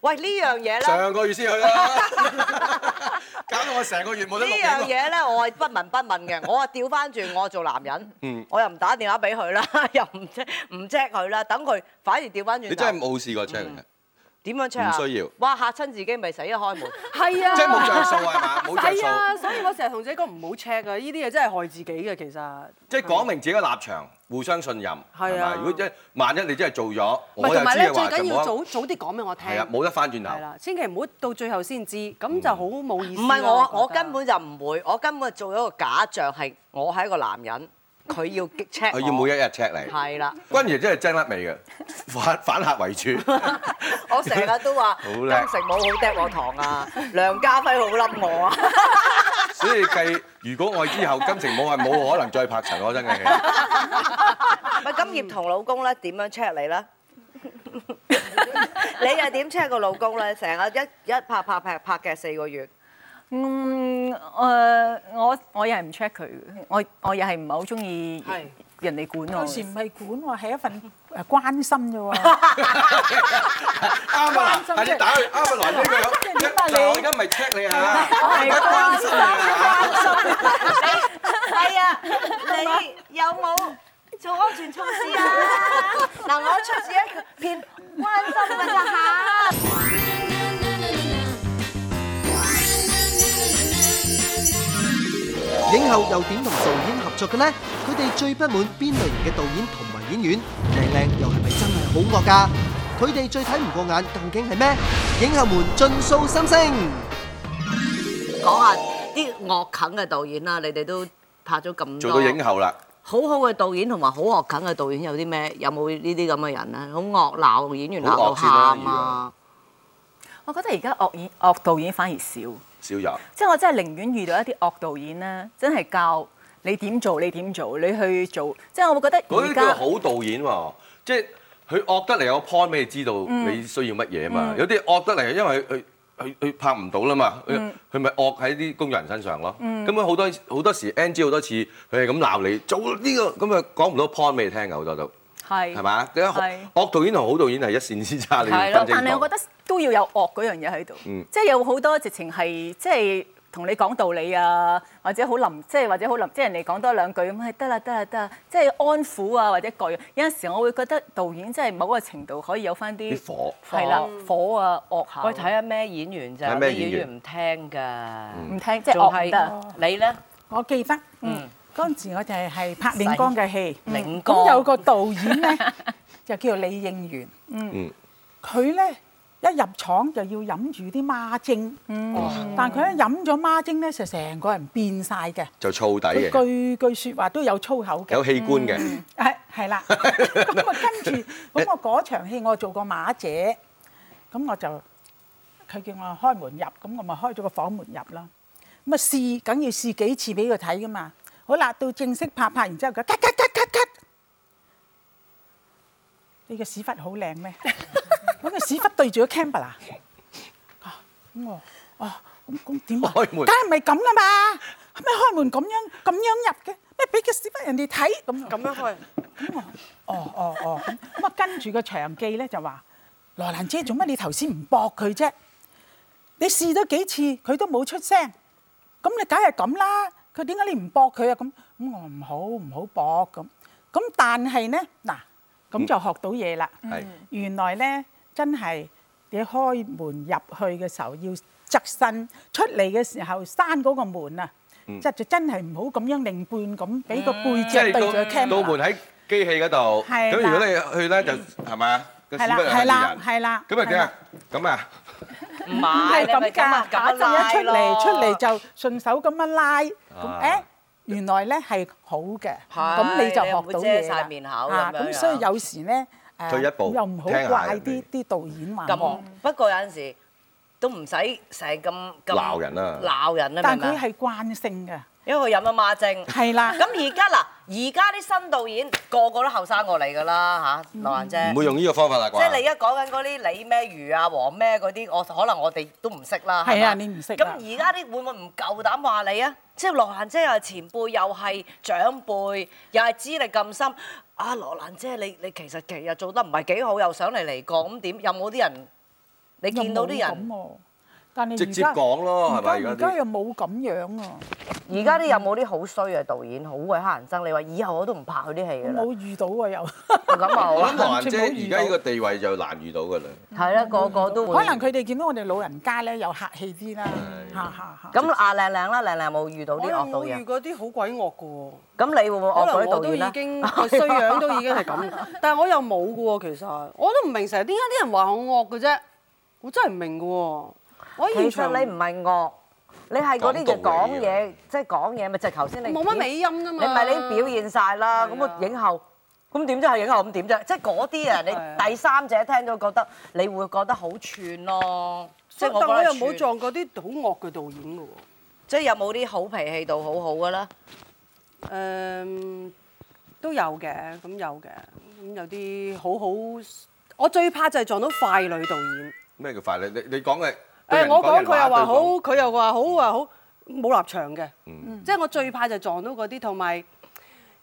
A: 喂，呢樣嘢咧，
B: 上個月先去啦，搞到我成個月冇得
A: 呢
B: 錄
A: 樣嘢
B: 影喎。
A: 咧，我係不聞不問 嘅。我啊調翻轉，我做男
B: 嗯
A: 人，我又唔打電話俾佢啦， 又唔 check 唔 check 佢啦，等佢反而調翻轉頭。
B: 你真係冇試過 check 嘅，
A: 點樣 check 啊？
B: 唔需要
A: 哇！嚇親自己咪死啊！開 門。
E: 係啊，
B: 即係冇着數係嘛？冇着
E: 係
B: 數。
E: 啊，所以我成日同自己講唔好 check 啊，呢啲嘢真係害自己嘅其實。
B: 即係講明自己嘅立場，互相信任，係
E: 係
B: 咪
E: 啊？
B: 如果真係萬一你真係做咗，
E: 唔
B: 我又
E: 係同
B: 知
E: 埋咧，
B: 嘅
E: 最
B: 話
E: 緊
B: 就
E: 要
B: 冇
E: 早早啲講俾我
B: 得
E: 聽。
B: 係啊，冇得嗯翻轉
E: 係
B: 頭。
E: 啦，千祈唔好到最後先知，咁就好冇意思
A: 唔
E: 啦。
A: 係我，
E: 覺
A: 我
E: 得
A: 根本就唔會，我根本做咗個假象係我係一個男人，佢要 check
B: 佢要每一日 check 你。
A: 係啦。
B: 君爺真係精甩尾嘅，反反客為主。
A: 我成日都話
B: 好
A: 金
B: 叻
A: 城武好嗒我糖啊，梁家輝好冧我啊，
B: 所以計，如果我之後金城武係冇可能再拍陳可辛嘅戲。
A: 咪咁葉同老公咧點樣 check 你咧？ 你又點 check 個老公咧？成日一一拍拍拍拍嘅四個月，
F: 嗯誒、我我又係唔 check 佢嘅，我我又係唔係好中意
E: 係
F: 人哋管我
D: 有時
F: 嘅。
D: 唔係管喎，係一份誒關心 啫喎。
B: 啱啊！嗱，係你打佢，啱啊！來呢個友
D: 即係點啊你
B: 嗱，我而家唔係 check 你啊，我而家關心你啊。
A: 係啊，你有冇做安全措施啊？ 嗱，我出自一片關心㗎咋嚇。
C: 影后又點同導演合作嘅呢？佢哋最不滿邊類型嘅導演同埋演員？靚靚又係咪真係好惡㗎？佢哋最睇唔過眼究竟係咩？影后們盡訴心聲。
A: 講下啲惡啃嘅導演啦，你哋都拍咗咁多
B: 做到影后啦，
A: 好好嘅導演同埋好惡啃嘅導演有啲咩？有冇呢啲咁嘅人咧？好惡鬧演員鬧到喊
B: 好惡
A: 啊
B: 先啦！
F: 我覺得而家惡演惡導演反而少，
B: 少
F: 即
B: 有。
F: 係我真係寧願遇到一啲惡導演咧，真係教你點做，你點做，你去做，即係我會覺得
B: 嗰
F: 而
B: 啲
F: 家
B: 叫好導演喎，即係佢惡得嚟有個 point 俾你知道你需要乜嘢嘛。有啲惡得嚟，因為佢佢佢拍唔到啦嘛，佢佢咪惡喺啲工人身上咯。咁佢好多好多時 NG 好多次，佢係咁鬧你做呢個咁啊，講唔到 point 俾你聽㗎好多都
F: 係
B: 係嘛？
F: 係
B: 惡導演同好導演係一線之啊差，你要
A: 係咯
B: 分清
F: 但係我
B: 楚。
F: 覺得都要有惡嗰樣嘢喺度，
B: 嗯
F: 即係有好多直情係即係同你講道理啊，或者好臨，即係或者好臨，即係人哋講多兩句咁，唉得啦得啦得啦，即係安撫啊或者各樣。有陣時我會覺得導演真係某個程度可以有翻啲
B: 啲火
F: 係啦，火啊惡下，
A: 我睇下咩演員咋，
B: 睇
A: 咩
B: 咩
A: 演員
B: 演員
A: 唔聽㗎，
F: 唔聽即係
A: 仲
F: 惡
A: 係
F: 唔
E: 哦
F: 得。
A: 你咧
D: 我記得，嗯，嗰陣時我就係係拍領光嘅戲，
A: 領光
D: 咁有個導演咧就叫李應元，嗯
B: 嗯，
D: 佢咧一入廠就要飲住啲孖精，嗯，但佢一飲咗孖精咧就成個人變晒嘅，
B: 就燥底
D: 佢
B: 嘅，
D: 嗯句句説話都有粗口嘅
B: 有。器官嘅，
D: 係 係啦，咁啊跟住，咁我嗰場戲我做過馬姐，咁我就佢叫我開門入，咁我咪開咗個房門入啦。咁啊試，梗要試幾次俾佢睇噶嘛。好啦，到正式拍拍完之後，佢咳咳咳咳咳，你個屎忽好 靚咩？咁個屎忽對住個 camera 啊，咁我哦咁咁點啊？
B: 開門
D: 梗係咪咁噶嘛？咩開門咁樣咁樣入嘅？咩俾個屎忽人哋睇咁
E: 咁樣開，
D: 哦哦哦，咁咁啊，跟住個長記咧就話：羅蘭姐做乜你頭先唔駁佢啫？你試咗幾次佢都冇出聲，咁你梗係咁啦。佢點解你唔駁佢啊？咁咁我唔好唔好駁咁。咁但係咧嗱，咁就學到嘢啦。
B: 係
D: 原來咧真係你開門入去嘅時候要側身，出嚟嘅時候閂嗰個門啊，即係就真係唔好咁樣擰半咁，俾個背脊
B: 即
D: 對
B: 係
D: 住個
B: 個
D: camera
B: 道門喺機器嗰度。
D: 係啦
B: 咁如果你去咧就係嘛，個屎
D: 係啦
B: 忽又係
D: 係啦
B: 人。
D: 係啦，
B: 咁啊
D: 係
B: 點
D: 啦
B: 啊？咁啊？
A: 唔係
D: 係
A: 你咪咁
D: 咁㗎
A: 啊，，咁
D: 假
A: 啊
D: 就一出
A: 拉咯
D: 嚟出嚟就順手咁樣拉，咁
B: 啊
D: 誒原來咧係好嘅，
A: 係
D: 咁你就
A: 你
D: 學
A: 又唔會
D: 到
A: 遮
D: 嘢
A: 晒
D: 啦
A: 面口
D: 啊
A: 咁樣
D: 咁所以有時咧誒
B: 退一步
D: 又唔好
B: 聽下
D: 怪
B: 人
D: 啲
B: 哋
D: 啲導演話
A: 咁
D: 我，
A: 不過有陣時都唔使成日咁咁
B: 鬧人啊
A: 鬧人啊，
D: 但
A: 明唔
D: 佢
A: 明啊？
D: 係慣性嘅，
A: 因為佢飲咗孖精。
D: 係啦。
A: 咁而家嗱，而家啲新導演個個都後生過嚟㗎啦嚇，羅蘭姐。
B: 唔會用呢個方法啦
A: 即係
B: 啩？
A: 你而家講緊嗰啲李咩魚啊、黃咩嗰啲，我可能我哋都唔識啦。係
D: 係啊
A: 嘛
D: 你唔識啊
A: 咁而家啲會唔會唔夠膽話你啊？即係羅蘭姐又係前輩，又係長輩，又係資歷咁深。啊，羅蘭姐，你你其實其日做得唔係幾好，又想嚟嚟過，咁點？有冇啲人？你
D: 又
A: 見到啲
D: 冇咁
A: 人，
D: 喎，但係
B: 直接
D: 而家
B: 講咯，係咪
D: 而家
B: 而
D: 而
B: 家
D: 家
B: 啲？
D: 又冇咁樣啊！
A: 而家啲有冇啲好衰嘅導演，好鬼黑人憎？你話以後我都唔拍佢啲戲
D: 我
A: 㗎啦
D: 冇。遇到啊，又
A: 咁啊好
B: 我
A: 啦
B: 諗，羅蘭姐
D: 完全冇遇
B: 而
D: 到
B: 家呢個地位就難遇到㗎啦。
A: 係啦，個個都
D: 可
A: 會。
D: 能佢哋見到我哋老人家咧又客氣啲啦，嚇嚇嚇。
A: 咁啊，靚靚啦，靚靚冇遇到
E: 我
A: 啲
E: 又
A: 惡導
E: 冇遇
A: 演。
E: 過啲好鬼惡嘅喎。
A: 咁你會唔會
E: 可
A: 惡嗰
E: 能
A: 啲
E: 我
A: 導
E: 都
A: 演
E: 已
A: 咧？
E: 經個衰 樣都已經係咁，但係我又冇嘅喎，其實我都唔明成日點解啲人話我惡嘅啫，我真係唔明嘅喎。我
A: 其
E: 現場
A: 實你唔係惡，你係嗰啲嘢
B: 講道
A: 講
B: 理嘅
A: 嘢，即係講嘢咪就係頭先你
E: 冇乜尾音㗎
A: 你
E: 嘛，
A: 咪你表現晒啦，咁
E: 係
A: 啊
E: 啊
A: 影後，咁點啫係影後咁點啫？即係嗰啲人，
E: 係
A: 你
E: 啊
A: 第三者聽到覺得你會覺得好串咯。即
E: 所以
A: 係
E: 但我
A: 我
E: 又
A: 覺得冇
E: 冇
A: 做，
E: 撞過啲好惡嘅導演嘅喎。
A: 即係有冇啲好脾氣度好好嘅咧？
E: 誒、嗯都有嘅，咁有嘅，咁有啲好好。我最怕就係撞到快女導演。
B: 咩叫快咧？你你講嘅誒
E: 誒、我講佢又話好，佢又話好啊，好冇立場嘅。嗯即係我最怕就撞到嗰啲，同埋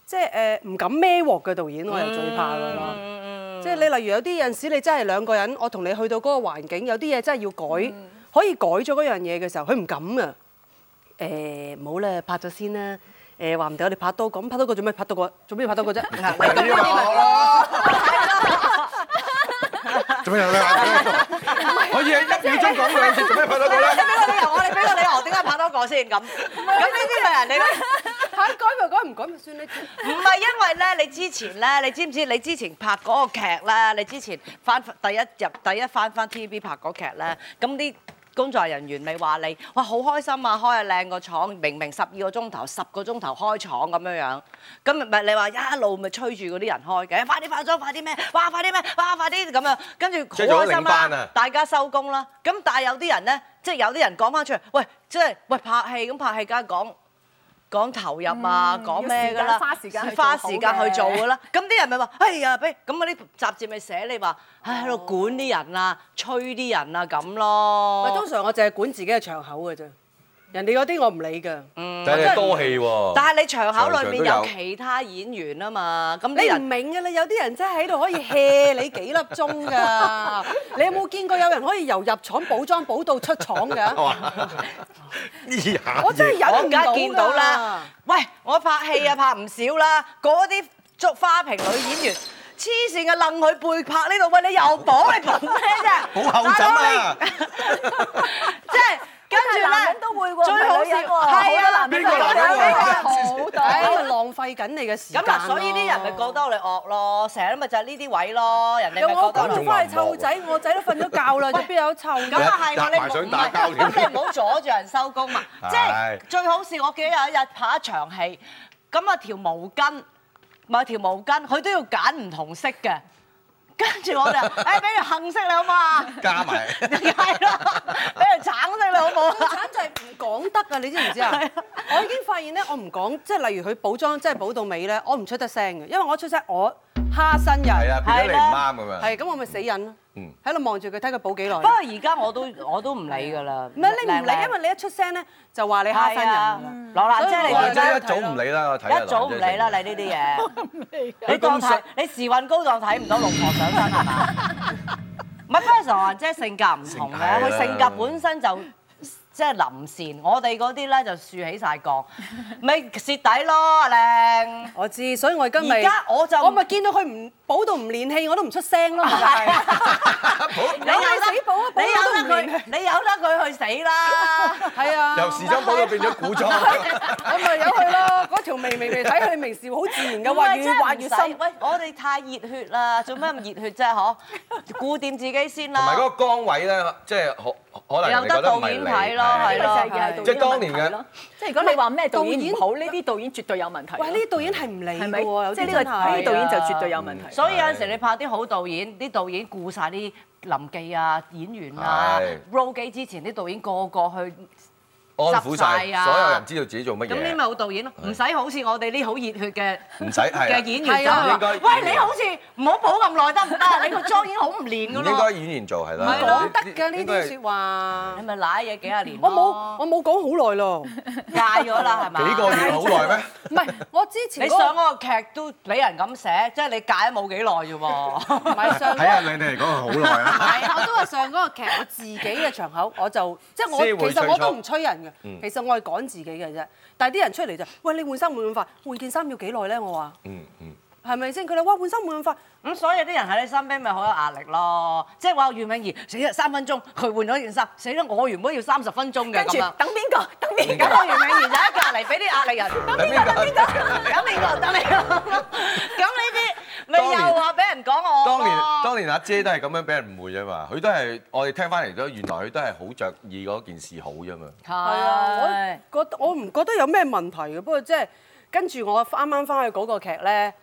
E: 即係誒唔敢孭鑊嘅導演，我又最怕㗎啦。即係你例如有啲有陣時，你真係兩個人，我同你去到嗰個環境，有啲嘢真係要改，可以改咗嗰樣嘢嘅時候，佢唔敢㗎。誒唔好啦，拍咗先啦。誒話唔定我哋拍多個，咁拍多個做咩？拍多個做咩？拍多個 啫。咁嗰啲咪
B: 做咩有兩眼睛？可以喺一秒鐘講兩次，做咩拍到佢
A: 你
B: 咧？
A: 俾個理由我，你俾個理由我，點解拍多個先咁？咁呢啲咪人哋咧？
E: 嚇改咪改，唔改咪算啦。
A: 唔係因為咧，你之前咧，你知唔知？你之前拍嗰個劇咧，你之前翻第一入第一翻翻 TVB 拍嗰劇咧，咁啲工作人員咪話你，哇好開心啊，開啊靚個廠，明明十二個鐘頭、十個鐘頭開廠咁樣樣，咁咪你話一路咪催住嗰啲人開嘅，快啲化妝，快啲咩？哇快啲咩？哇快啲咁樣，跟住
B: 即係早
A: 好開心
B: 領班
A: 啦
B: 啊，
A: 大家收工啦。咁但係有啲人咧，即係有啲人講翻出嚟，喂，即係喂拍戲咁拍戲，梗係講。講投入啊，講咩㗎
F: 要時
A: 啦，
F: 間花時間去做
A: 花
F: 好嘅
A: 時間去做㗎啦。咁啲人咪話：哎呀，不如咁嗰啲雜誌咪寫你話，唉喺度管啲人啊，吹啲人啊咁咯。
E: 通常我淨係管自己嘅場口嘅啫，人哋嗰啲我唔理㗎。
B: 但係你多氣喎。
A: 但係你場口裏面有
B: 場場都有
A: 其他演員啊嘛，咁啲
E: 你唔
A: 人
E: 明㗎啦，有啲人真係喺度可以 hea 你幾粒鐘㗎。你有冇見過有人可以由入廠補裝補到出廠㗎？
B: 哇！呢下
E: 我真係
B: 嘢
E: 忍
A: 我
E: 唔
A: 而
E: 到
A: 家
E: 㗎
A: 見到啦。喂，我拍戲啊拍唔少啦，嗰啲捉花瓶女演員。黐線嘅楞佢背拍呢度，喂你又補你憑咩 啫？
B: 好口枕啊！
A: 即係跟住
F: 但係男
A: 咧
F: 人都會喎
A: 最好笑
F: 唔係女
A: 係啊，
F: 人喎好多男人
B: 都係咁樣邊個男人啊
E: 好抵，咪浪費緊你嘅時間
A: 咁
E: 咯
A: 啊，所以啲人咪覺得我哋惡咯，成日咪就係呢啲位咯，人哋
E: 又
A: 咪
E: 我
A: 覺
E: 講
A: 得
E: 到
A: 我。
E: 翻去湊仔，我仔都瞓咗覺啦，邊有湊㗎？
A: 咁啊係
B: 搭
A: 喎，你
B: 埋
A: 唔
B: 想打交
A: 係
B: 添
A: 咁你唔好阻住人收工嘛。
B: 係
A: 即係最好是我記得有一日拍一場戲，咁啊條毛巾，咪條毛巾，佢都要揀唔同色嘅。跟住 我就，誒俾條杏色你好嘛？
B: 加埋，
A: 係咯，俾條橙色你好冇
E: 最慘就係唔講得啊！你知唔知啊？我已經發現咧，我唔講，即係例如佢補妝，即係補到尾咧，我唔出得聲嘅，因為我出聲我蝦新 人，
B: 係啊，變咗你唔啱咁樣。
E: 係咁我咪死忍咯
B: 嗯，
E: 喺度望住佢睇佢補幾耐。
A: 不過而家我都我都唔理㗎啦。
E: 唔係你唔
A: 靚
E: 理，
A: 靚
E: 因為你一出聲咧就話你
A: 係啊
E: 蝦新人㗎啦。
A: 羅蘭姐
E: 所以
A: 你
E: 我
B: 或
E: 而家
B: 者
E: 要
B: 一早唔理啦，我睇下
A: 一早唔理啦，
B: 男仔
A: 你呢啲 嘢，
B: 你
A: 你當
B: 咁
A: 睇你時運高檔睇唔到龍婆上身係 嘛？唔係，不過常話即係性格唔同
B: 性
A: 嘅，
B: 格
A: 佢性格本身就即係臨善，我哋嗰啲咧就豎起晒槓，咪蝕底咯，阿靚。
E: 我知，所以我而家咪
A: 而家我就
E: 我咪見到佢唔補到唔練氣，我都唔出聲 咯，咪就係
A: 你
E: 有你死補啊
A: 你
E: 補到
A: 由
E: 都唔
A: 得佢
E: 練，
A: 你由得佢去死啦！
E: 係啊，
B: 由時裝鋪到變咗古裝，
E: 我咪由佢咯，嗰條眉眉眉睇佢明笑，好自然嘅，
A: 唔
E: 話
A: 係
E: 越
A: 真係
E: 畫
A: 唔
E: 越
A: 使
E: 深。
A: 喂，我哋太熱血啦，做咩咁熱血啫？嗬，顧掂自己先
B: 同埋
A: 啦
B: 嗰。個崗位咧，即係可可能
A: 有
B: 你覺
A: 得
B: 得唔
A: 導
B: 係
A: 演
B: 你
A: 睇咯，
B: 係
A: 係咯，
F: 咪就係又係導演
B: 即係當年
F: 問題
B: 嘅
F: 咯。即係如果你話咩導演 唔好，呢啲導演絕對有問題。
E: 喂，呢啲導演係唔理
F: 係
E: 嘅
F: 咪？
E: 喎，有
F: 即係
E: 啲
F: 呢個
E: 真係啊
F: 呢啲導演就絕對有問題。
A: 所以有陣時你拍啲好導演，啲導演顧晒啲臨記啊、演員啊
B: 係、
A: roll 機之前啲導演個個去，
B: 安撫
A: 執
B: 晒
A: 晒啊
B: 所有人知道自己做乜
A: 咁呢
B: 嘢
A: 咪，好導演咯，唔使好似我哋呢好熱血嘅
B: 唔使係啦
A: 嘅演員就
E: 係啊
A: 話
B: 應該
A: 喂你好似唔好補咁耐得唔得？你個妝已 經好唔練
B: 唔
A: 噶
B: 應該
A: 咯，
B: 演員做係啦
A: 唔。係
E: 講
A: 咯
E: 得㗎呢
B: 應該係
E: 啲説話
A: 你。咪賴嘢幾廿年咯。
E: 我冇我冇講好耐咯，
A: 戒咗啦，係咪？
B: 幾個月好耐咩？
E: 唔係我之前
A: 你
E: 嗰個
A: 上嗰個劇都俾人咁寫，即係你戒咗冇幾耐啫喎。
E: 唔係上嗰個
G: 下你哋嚟講係好耐啦。
E: 係，我都話上嗰個劇，我自己嘅場口我就即係我
B: 先會
E: 其實
B: 催
E: 我
B: 促
E: 都唔催人嘅，其實我係趕自己嘅啫。但係啲人出嚟就喂你換衫換唔換髮，換件衫要幾耐咧？我話
B: 嗯嗯，
E: 係咪先？佢哋哇換衫換髮，
A: 咁所以啲人喺你身邊咪好有壓力咯。即係話袁詠儀死啦三分鐘，佢換咗件衫，死啦我原本要三十分鐘嘅
F: 跟住
A: 咁啊。
F: 等邊個？等邊
A: 咁我袁詠儀就喺隔離俾啲壓力人，等
B: 等邊個？
A: 等你個，等你個。咁呢啲咪又話俾人講我
B: 當年
A: 咯
B: 當年阿姐都係咁樣俾人誤會啫嘛，佢都係我哋聽翻嚟都原來佢都係好着意嗰件事好啫嘛。
E: 係啊，我覺得我唔覺得有咩問題嘅。不過即係跟住我啱啱翻去嗰個劇咧，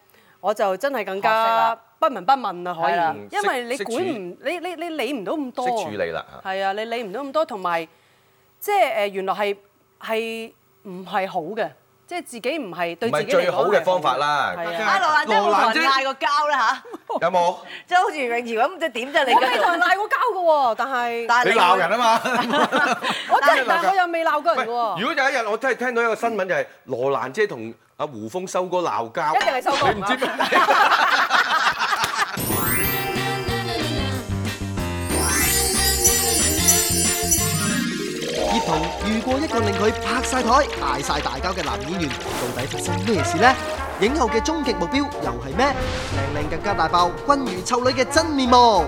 E: 我就真係更
A: 學識
E: 加
A: 啦
E: 不聞不問啦，可
A: 係啦
E: 以，因為你
B: 識
E: 管唔你你你理唔到咁多啊，
B: 識處理啦嚇
E: 係啊，你理唔到咁多，同埋即係誒原來係係唔係好嘅，即係自己唔係對
B: 唔
E: 自
B: 係
E: 己嚟講
B: 最好嘅方法啦
E: 係
A: 係
E: 啊
A: 啊，阿羅蘭姐冇同人嗌過交啦嚇，
B: 有冇？
A: 即係好似袁詠儀咁，即係點啫你
E: 我未同
A: 跟
E: 人
A: 住？
E: 鬧過交嘅喎，但係
A: 但
B: 你鬧人啊嘛！
E: 我真係
B: 鬧
E: 但係
B: 交
E: 我又未鬧過
B: 喂
E: 人嘅喎
B: 如。果有一日我真係聽到一個新聞就係羅蘭姐同阿胡峰修哥鬧交，
E: 一定係修哥
B: 你唔知咩？
C: 葉童遇過一個令佢拍晒台、嗌晒大交嘅男演員，到底發生咩事呢？影后嘅終極目標又係咩？靚靚更加大爆，君如臭女嘅真面目。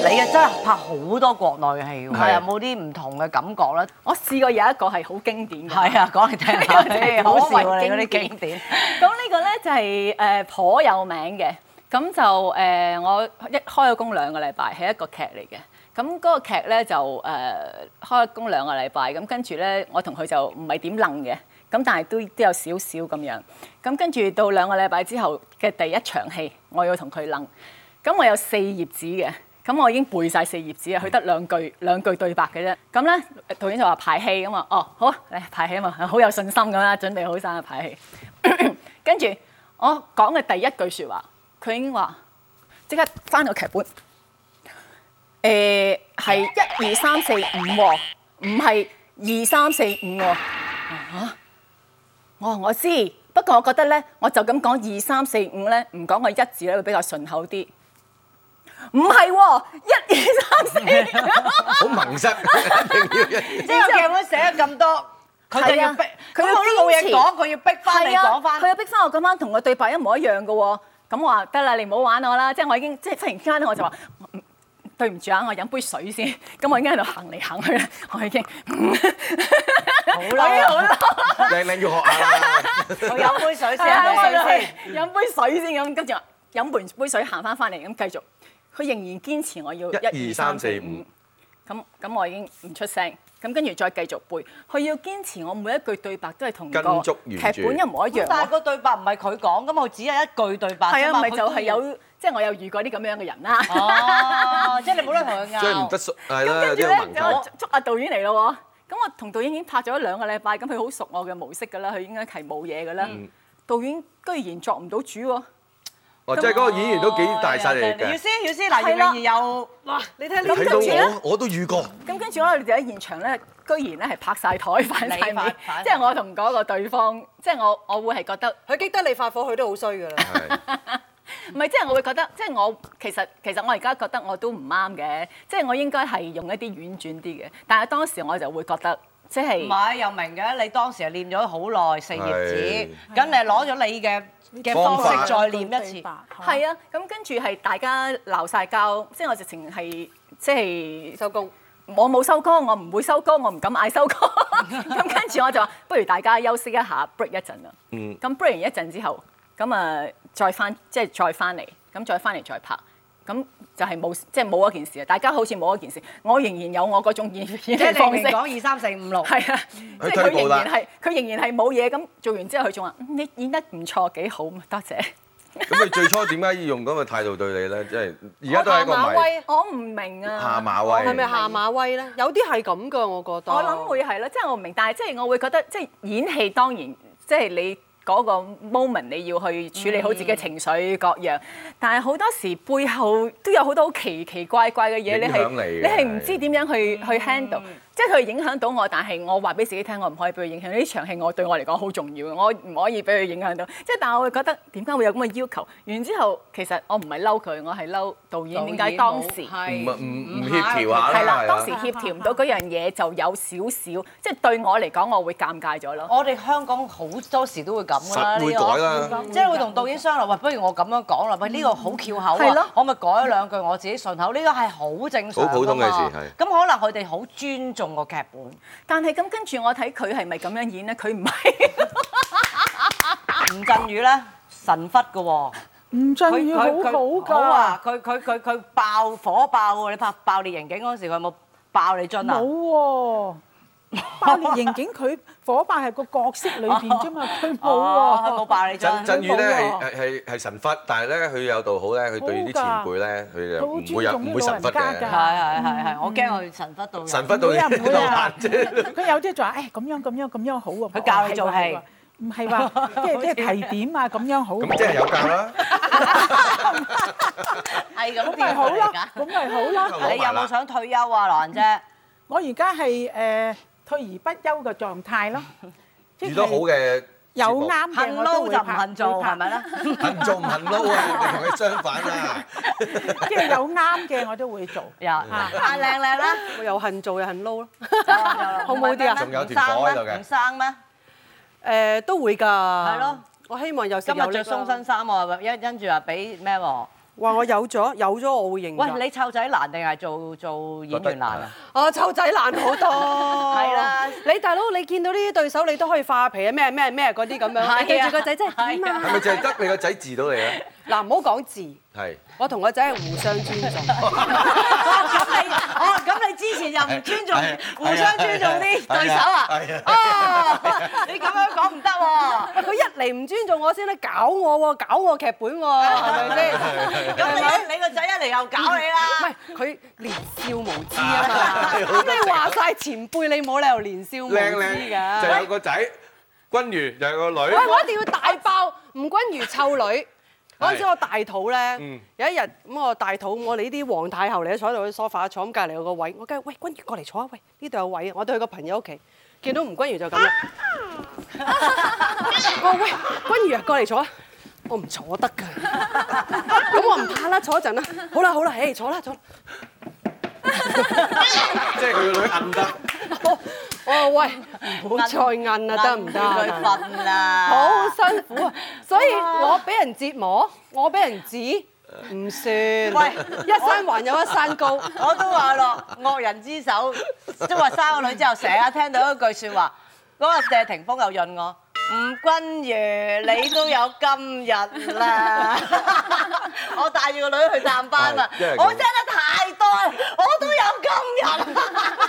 A: 你啊真係拍好多國內嘅戲喎，
B: 係
A: 係有冇啲唔同嘅感覺咧？
F: 我試過有一個係好經典嘅。
A: 係啊，講嚟聽下，你好笑啊！你嗰啲經典，
F: 咁呢個咧就係誒頗有名嘅，咁就誒、呃我一開咗工兩個禮拜，係一個劇嚟嘅。咁嗰個劇咧就誒、呃、開咗工兩個禮拜，咁跟住咧我同佢就唔係點楞嘅，咁但係都都有少少咁樣。咁跟住到兩個禮拜之後嘅第一場戲，我要同佢楞，咁我有四頁紙嘅。咁我已經背晒四頁紙啊，佢得兩句兩句對白嘅啫。咁咧導演就話排戲咁嘛，哦好啊，嚟排戲啊嘛，好有信心咁啦，準備好晒啦排戲。跟住我講嘅第一句説話，佢已經話即刻翻個劇本。誒係一二三四五喎，唔係二三四五喎。啊我話我知，不過我覺得咧，我就咁講二三四五咧，唔講個一字咧會比較順口啲。唔係喎，一二三四五。
B: 好萌塞，一定要一。
A: 即係劇本寫咗咁多，佢就要逼
F: 係啊，
A: 佢
F: 佢
A: 好
F: 要
A: 多冇嘢
F: 堅持
A: 講，佢要逼翻你
F: 係啊
A: 講翻
F: 佢。又逼翻我咁啱同個對白一模一樣嘅喎。咁我話得啦，你唔好玩我啦，即係我已經即係忽然之間咧，我就話。嗯對唔住啊，我飲杯水先。 咁我已經喺度行嚟行去啦， 我已經嗯好
A: 啦
F: 好啦，
B: 靚靚要學下啦。
A: 我飲杯水先，
F: 係啊
A: 飲杯水先。
F: 飲杯水先咁，跟住話飲完杯水行翻翻嚟咁繼續。佢仍然堅持我要
B: 一二三四五。
F: 咁咁我已經唔出聲，咁跟住再繼續背。佢要堅持我每一句對白都係同
B: 跟
F: 個
B: 足原著
F: 劇本一模一樣
A: 咁但係
F: 喎。
A: 個對白唔係佢講噶嘛，只係一句對白
F: 係
A: 啫
F: 啊，
A: 嘛。
F: 咪就
A: 佢都
F: 係
A: 要
F: 有即係我有遇過啲咁樣嘅人啊 啦。
A: 哦， 即係你冇得同佢拗。
B: 所以唔得熟，係啦，有
F: 咁跟住
B: 啲好萌
F: 咧，
B: 頭
F: 我。捉阿導演嚟咯喎。咁我同導演已經拍咗兩個禮拜，咁佢好熟我嘅模式㗎啦，佢應該係冇嘢㗎啦。
A: 嗯
F: 導演居然作唔到主喎。
B: 哦，即係嗰個演員都幾大晒 嚟
A: 要
B: 嘅。
A: 先要先，嗱，
F: 係啦
A: 葉永儀又哇，你睇呢
F: 咁
B: 睇
F: 跟住咧
B: 到我，我都遇過。
F: 咁跟住咧，我哋喺現場咧，居然咧係拍晒台反晒
A: 你反
F: 面
A: 反，
F: 即係我同嗰個對方，即係我我會係覺得，
E: 佢激得你發火，佢都好衰 㗎啦。
B: 係
F: 唔係即係我會覺得，即係我其實其實我而家覺得我都唔啱嘅，即係我應該係用一啲婉轉啲嘅，但係當時我就會覺得，即
A: 唔
F: 係
A: 係又明嘅，你當時係練咗好耐四頁紙
B: 係，
A: 咁你係攞咗你嘅嘅
B: 方
A: 方
B: 法
A: 式再練一次。
F: 係啊，咁跟住係大家鬧晒交，即係我直情係即係
E: 收工。
F: 我冇收工，我唔會收工，我唔敢嗌收工。咁跟住我就話，不如大家休息一下，break 一陣啦。
B: 嗯
F: 咁 break 完一陣之後，咁啊再翻，即係再翻嚟，咁再翻嚟再拍。咁就係冇，即係冇一件事啊！大家好似冇一件事，我仍然有我嗰種演演
A: 即係
F: 戲方
A: 你
F: 式
A: 明。講二三四五六，
F: 係啊，即係
B: 退
F: 佢
B: 步
F: 仍
B: 啦
F: 然係佢仍然係冇嘢咁做完之後，佢仲話：嗯你演得唔錯，幾好嘛，多謝。
B: 咁你最初點解要用咁嘅態度對你咧？即係而家都係一個
E: 下馬
B: 謎。
E: 威，
F: 我唔明啊。
B: 下馬威
E: 係咪下馬威咧？有啲係咁㗎，我覺得。
F: 我諗會係啦，即係我唔明，但係即係我會覺得，即係演戲當然即係你嗰個 moment 你要去處理好自己嘅情緒各樣，嗯但係好多時背後都有好多好奇奇怪怪嘅嘢，
B: 影
F: 你
B: 響
F: 係
B: 你嘅
F: 係唔知點樣去去 handle。即係佢影響到我，但係我話俾自己聽，我唔可以俾佢影響。呢場戲我對我嚟講好重要嘅，我唔可以俾佢影響到。即係但係我會覺得點解會有咁嘅要求？完之後其實我唔係嬲佢，我係嬲導演點解當時。
B: 唔
A: 係
B: 唔唔協調下啦，
F: 係啦，
B: 係
F: 當時協調唔到嗰樣嘢就有少少，即係對我嚟講，我會尷尬咗 咯。
A: 我哋香港好多時都會咁㗎啦，
B: 實會
A: 呢個
B: 改啦
A: 即係會同導演商量，喂，不如我咁樣講啦，喂，呢個好翹口
F: 係咯
A: 啊，我咪改咗兩句我自己順口，呢個係好正常㗎嘛
B: 好普通嘅事
A: 咁
B: 係
A: 可能佢哋好尊重個劇本。
F: 但係咁跟住我睇佢係咪咁樣演咧？佢唔係，
A: 吳鎮宇咧神忽嘅喎，
D: 吳鎮宇好好㗎，
A: 啊！佢佢佢佢爆火爆喎！你拍爆裂刑警嗰陣時，佢有冇爆你樽啊
D: 冇？喎。爆裂刑警佢火爆係個角色裏邊 啫嘛，佢
A: 哦佢
D: 冇
A: 冇
D: 喎。
A: 爆你
B: 振
A: 樽。
B: 振宇咧
D: 好
B: 係係係神忽，但係咧佢有道好咧，佢對啲前輩咧，佢就唔會有
D: 好尊重啲
B: 唔會神忽
D: 老人家
A: 係
D: 㗎
A: 係
B: 嘅，
A: 係係，我驚佢神忽到。
B: 神忽到
D: 唔會啊
B: 你
D: 唔會啊
B: 流眼啫。
D: 佢有啲就話誒咁樣咁樣咁樣好啊，
A: 佢教你做戲
D: 唔係話 即係即係提點啊咁樣好，
B: 咁即係有教啦，
A: 係咁
D: 咁咪好
A: 咯
D: 咯，。咁咪好咯。
A: 你有冇想退休啊，羅蘭姐？
D: 我而家係誒退而不休嘅狀態咯，即
B: 遇到好嘅
D: 有啱嘅
A: 恨
D: 我都
A: 撈
D: 會
A: 就唔
D: 拍
A: 恨做，
D: 會拍
A: 係 咪咧？
B: 肯做唔肯撈啊，你同佢相反啊。
D: 即係有啱嘅我都會做。
A: 又扮靚靚啦，
E: 我又恨做又恨撈咯。
A: 好
E: 冇啲啊
B: 仲有條火喺度嘅
A: 唔生咩？
E: 誒都會㗎。係
A: 咯。
E: 我希望有時
A: 今
E: 有
A: 日
E: 呢
A: 着
E: 個
A: 鬆身。衫喎，因跟住話俾咩喎？
E: 話我有咗，有咗我會認㗎。
A: 喂，你湊仔難定係做做演員難啊？
E: 啊，湊仔難好多。係
A: 啦
E: 你大佬你見到呢啲對手，你都可以化皮啊，咩咩咩嗰啲咁
A: 係啊
E: 樣。你對住個仔真係點
B: 係
E: 啊？
B: 咪就係得你個仔治到你咧？
E: 嗱，唔好講字，
B: 係。
E: 我同個仔係互相尊重。
A: 哦，咁你，哦，咁咁你之前又唔尊重
B: 係啊，
A: 互相尊重啲對手啊
B: 係啊？係
A: 啊， 你咁樣講唔 得喎。
E: 佢一嚟唔尊重我先啦，搞我喎，搞我劇本喎，係咪先？
A: 咁你你個仔一嚟又搞你
E: 唔
A: 啦。
E: 係佢年少無知啊 嘛，咁你話晒前輩，你冇理由年少無知
B: 靚靚就
E: 㗎。
B: 有個仔，君如又有個女，
E: 喂，我一定要大爆吳君如臭女。嗰陣時我大肚咧，有一日咁我大肚，我哋呢啲皇太后嚟坐喺度啲 sofa 坐咁隔離有個位，我梗係喂君如過嚟坐啊，喂呢度有位啊，我到去個朋友屋企，見到吳君如就咁啦。我話喂君如啊，過嚟坐啊！我唔坐得㗎，咁我唔怕啦，坐一陣啦。好啦好啦，誒坐啦坐啦。
B: 即係佢個女摁得。
E: 我話喂唔好再摁啦，得唔得啊？
A: 佢瞓啦。
E: 好辛 苦啊！所以我俾人折磨，我俾人指，唔算。喂，一山還有一山高。
A: 我都話咯，惡人之手，即係話生個女之後，成日聽到一句説話，嗰、個謝霆鋒又潤我，吳君如你都有今日啦。我帶住個女去探班啊，
B: 係因為咁
A: 我聽得太多啦，我都有今日啦。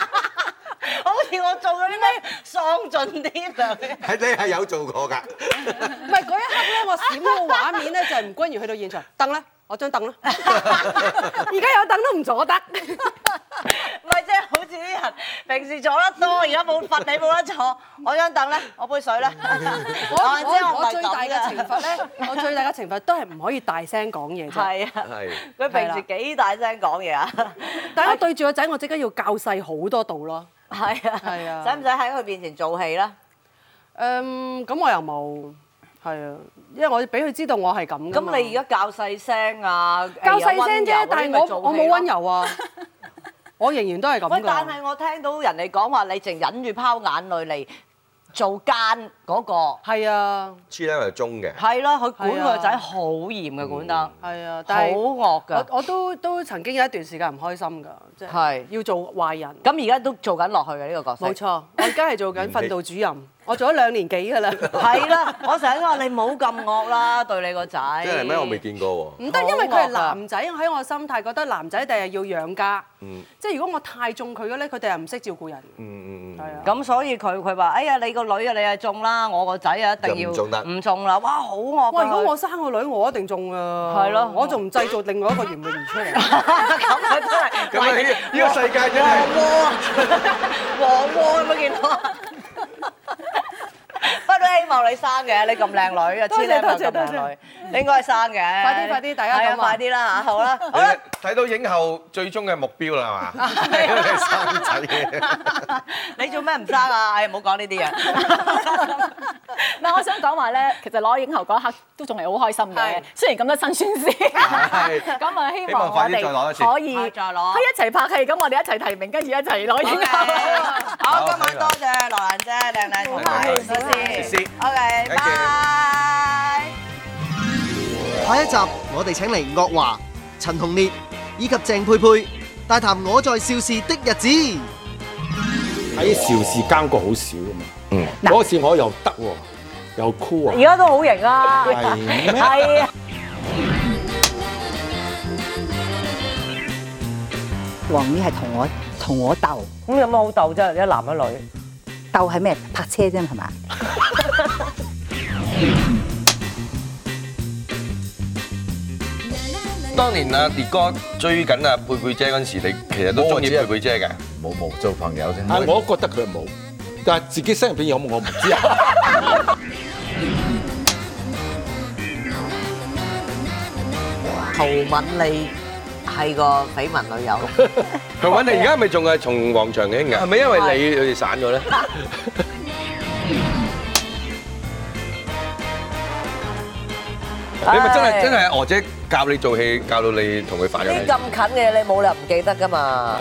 A: 好似我做咗啲咩喪盡天良嘅。
B: 係你係有做過㗎，
E: 唔係嗰一刻咧，我閃個畫面咧，就係吳君如去到現場，凳啦，我 張凳啦。而家有凳都唔坐得。
A: 唔係即係 好似啲人平時坐得多，而家冇罰你冇得坐，我張凳咧，我杯水咧，
E: 我
A: 我
E: 我我最大嘅
A: 情
E: 懲罰咧， 我最大嘅懲罰都係唔可以大聲講嘢啫。
A: 係啊，
B: 係
A: 佢平時幾大聲講嘢 啊？
E: 但係我對住個仔，我即刻要教細好多度咯。
A: 係啊，
E: 係啊
A: 使唔使喺佢面前做戲啦？
E: 誒，咁我又冇。係啊，因為我俾佢知道我係咁㗎嘛。
A: 咁你而家教細聲啊，
E: 教
A: 誒
E: 細聲啫，但係我我冇温。
A: 有溫柔嗰啲咪做戲咯
E: 柔啊，我仍然都係咁
A: 喂
E: 㗎，
A: 但係我聽到人哋講話，你淨忍住拋眼淚嚟做奸嗰個，
E: 係啊，
B: 黐咧係中嘅。
A: 係咯，佢管佢個
E: 係
A: 仔
E: 啊
A: 好嚴嘅管得，
E: 係啊，
A: 好
E: 但係
A: 惡
E: 我
A: 㗎。
E: 我都都曾經有一段時間唔開心㗎，即
A: 係
E: 係要做壞人。
A: 咁而家都做緊落去嘅呢個角色。
E: 冇錯，我而家係做緊訓導主任，我做咗兩年幾㗎啦。
A: 係啦，我成日都話你唔好咁惡啦，對你個仔。
B: 即係咩？我未見過喎。
E: 唔得，因為佢
A: 好
E: 係
A: 惡啊
E: 男仔，喺我心態覺得男仔第日要養家，
A: 嗯
E: 即係如果我太中佢嘅咧，佢第日唔識照顧人。
B: 嗯嗯
E: 係啊，
A: 咁所以佢佢話：哎呀，你個女啊，你啊中啦，我個仔啊一定要
B: 就唔中得
A: 唔中啦！哇，好惡啊！
E: 哇！如果 我生個女，我一定中啊。
A: 係咯
E: 我仲唔製造另外一個袁詠儀出
A: 咁
E: 嚟。
A: 啊真係
B: 咁啊呢呢個世界真
A: 黃
B: 係
A: 鍋啊，黃鍋咁啊見到啊。不過都希望你生嘅，你咁靚女啊，
E: 多謝
A: 千零萬
E: 多謝
A: 咁
E: 多謝
A: 靚女，你應該係生嘅。
E: 快啲快啲大家
A: 係啊
E: 咁話
A: 快 啲啦嚇，好啦，好啦。
B: 你睇到影後最終嘅目標 啦，係嘛？生仔 嘅，
A: 你做咩唔生啊？哎，唔好講呢 啲嘢。
F: 唔係，我想講話咧，其實攞影后嗰一刻都仲係好開心
E: 係
F: 嘅，雖然咁多辛酸事。
B: 係
F: 咁啊，希
B: 希望
F: 望
B: 快
F: 我
B: 啲再攞一次
F: 哋可以
A: 係再攞
F: 可以一齊拍戲，咁我哋一齊提名，跟住一齊攞
A: OK，
F: 影 后。
B: Ờ,
A: 好，今晚多謝羅蘭姐、靚靚同埋
B: 多謝
A: 詩
B: 詩
A: 詩
B: 詩。
A: OK，
B: Thank you
A: 拜。
C: 下一集我哋請嚟岳華、陳紅烈以及鄭佩佩，大談我在邵氏的日子。
G: 喺啊邵氏監過好少噶嘛。嗯，嗰次我又得喎，又 cool 啊，
A: 家都好型啊
G: 係咩？
A: 係啊。
H: 黃姨係同我同我鬥
A: 咁有乜好鬥啫？一男一女。
H: 鬥係咩？泊車啫係嘛？
B: 當年阿烈哥追緊阿佩佩姐嗰陣時，你其實都中意佩佩姐嘅。
I: 冇冇做朋友啫。
G: 但係我覺得佢冇，但係自己身入邊有冇我唔知啊。
A: 陶敏莉係個緋聞女友。
B: 佢揾你而家係咪仲係從黃長興嘅？係咪因為你佢哋散 咗咧？你咪真係真係娥姐教你做戲，教到你同佢反咗
A: 呢咁近嘅嘢你冇理由唔記得㗎嘛。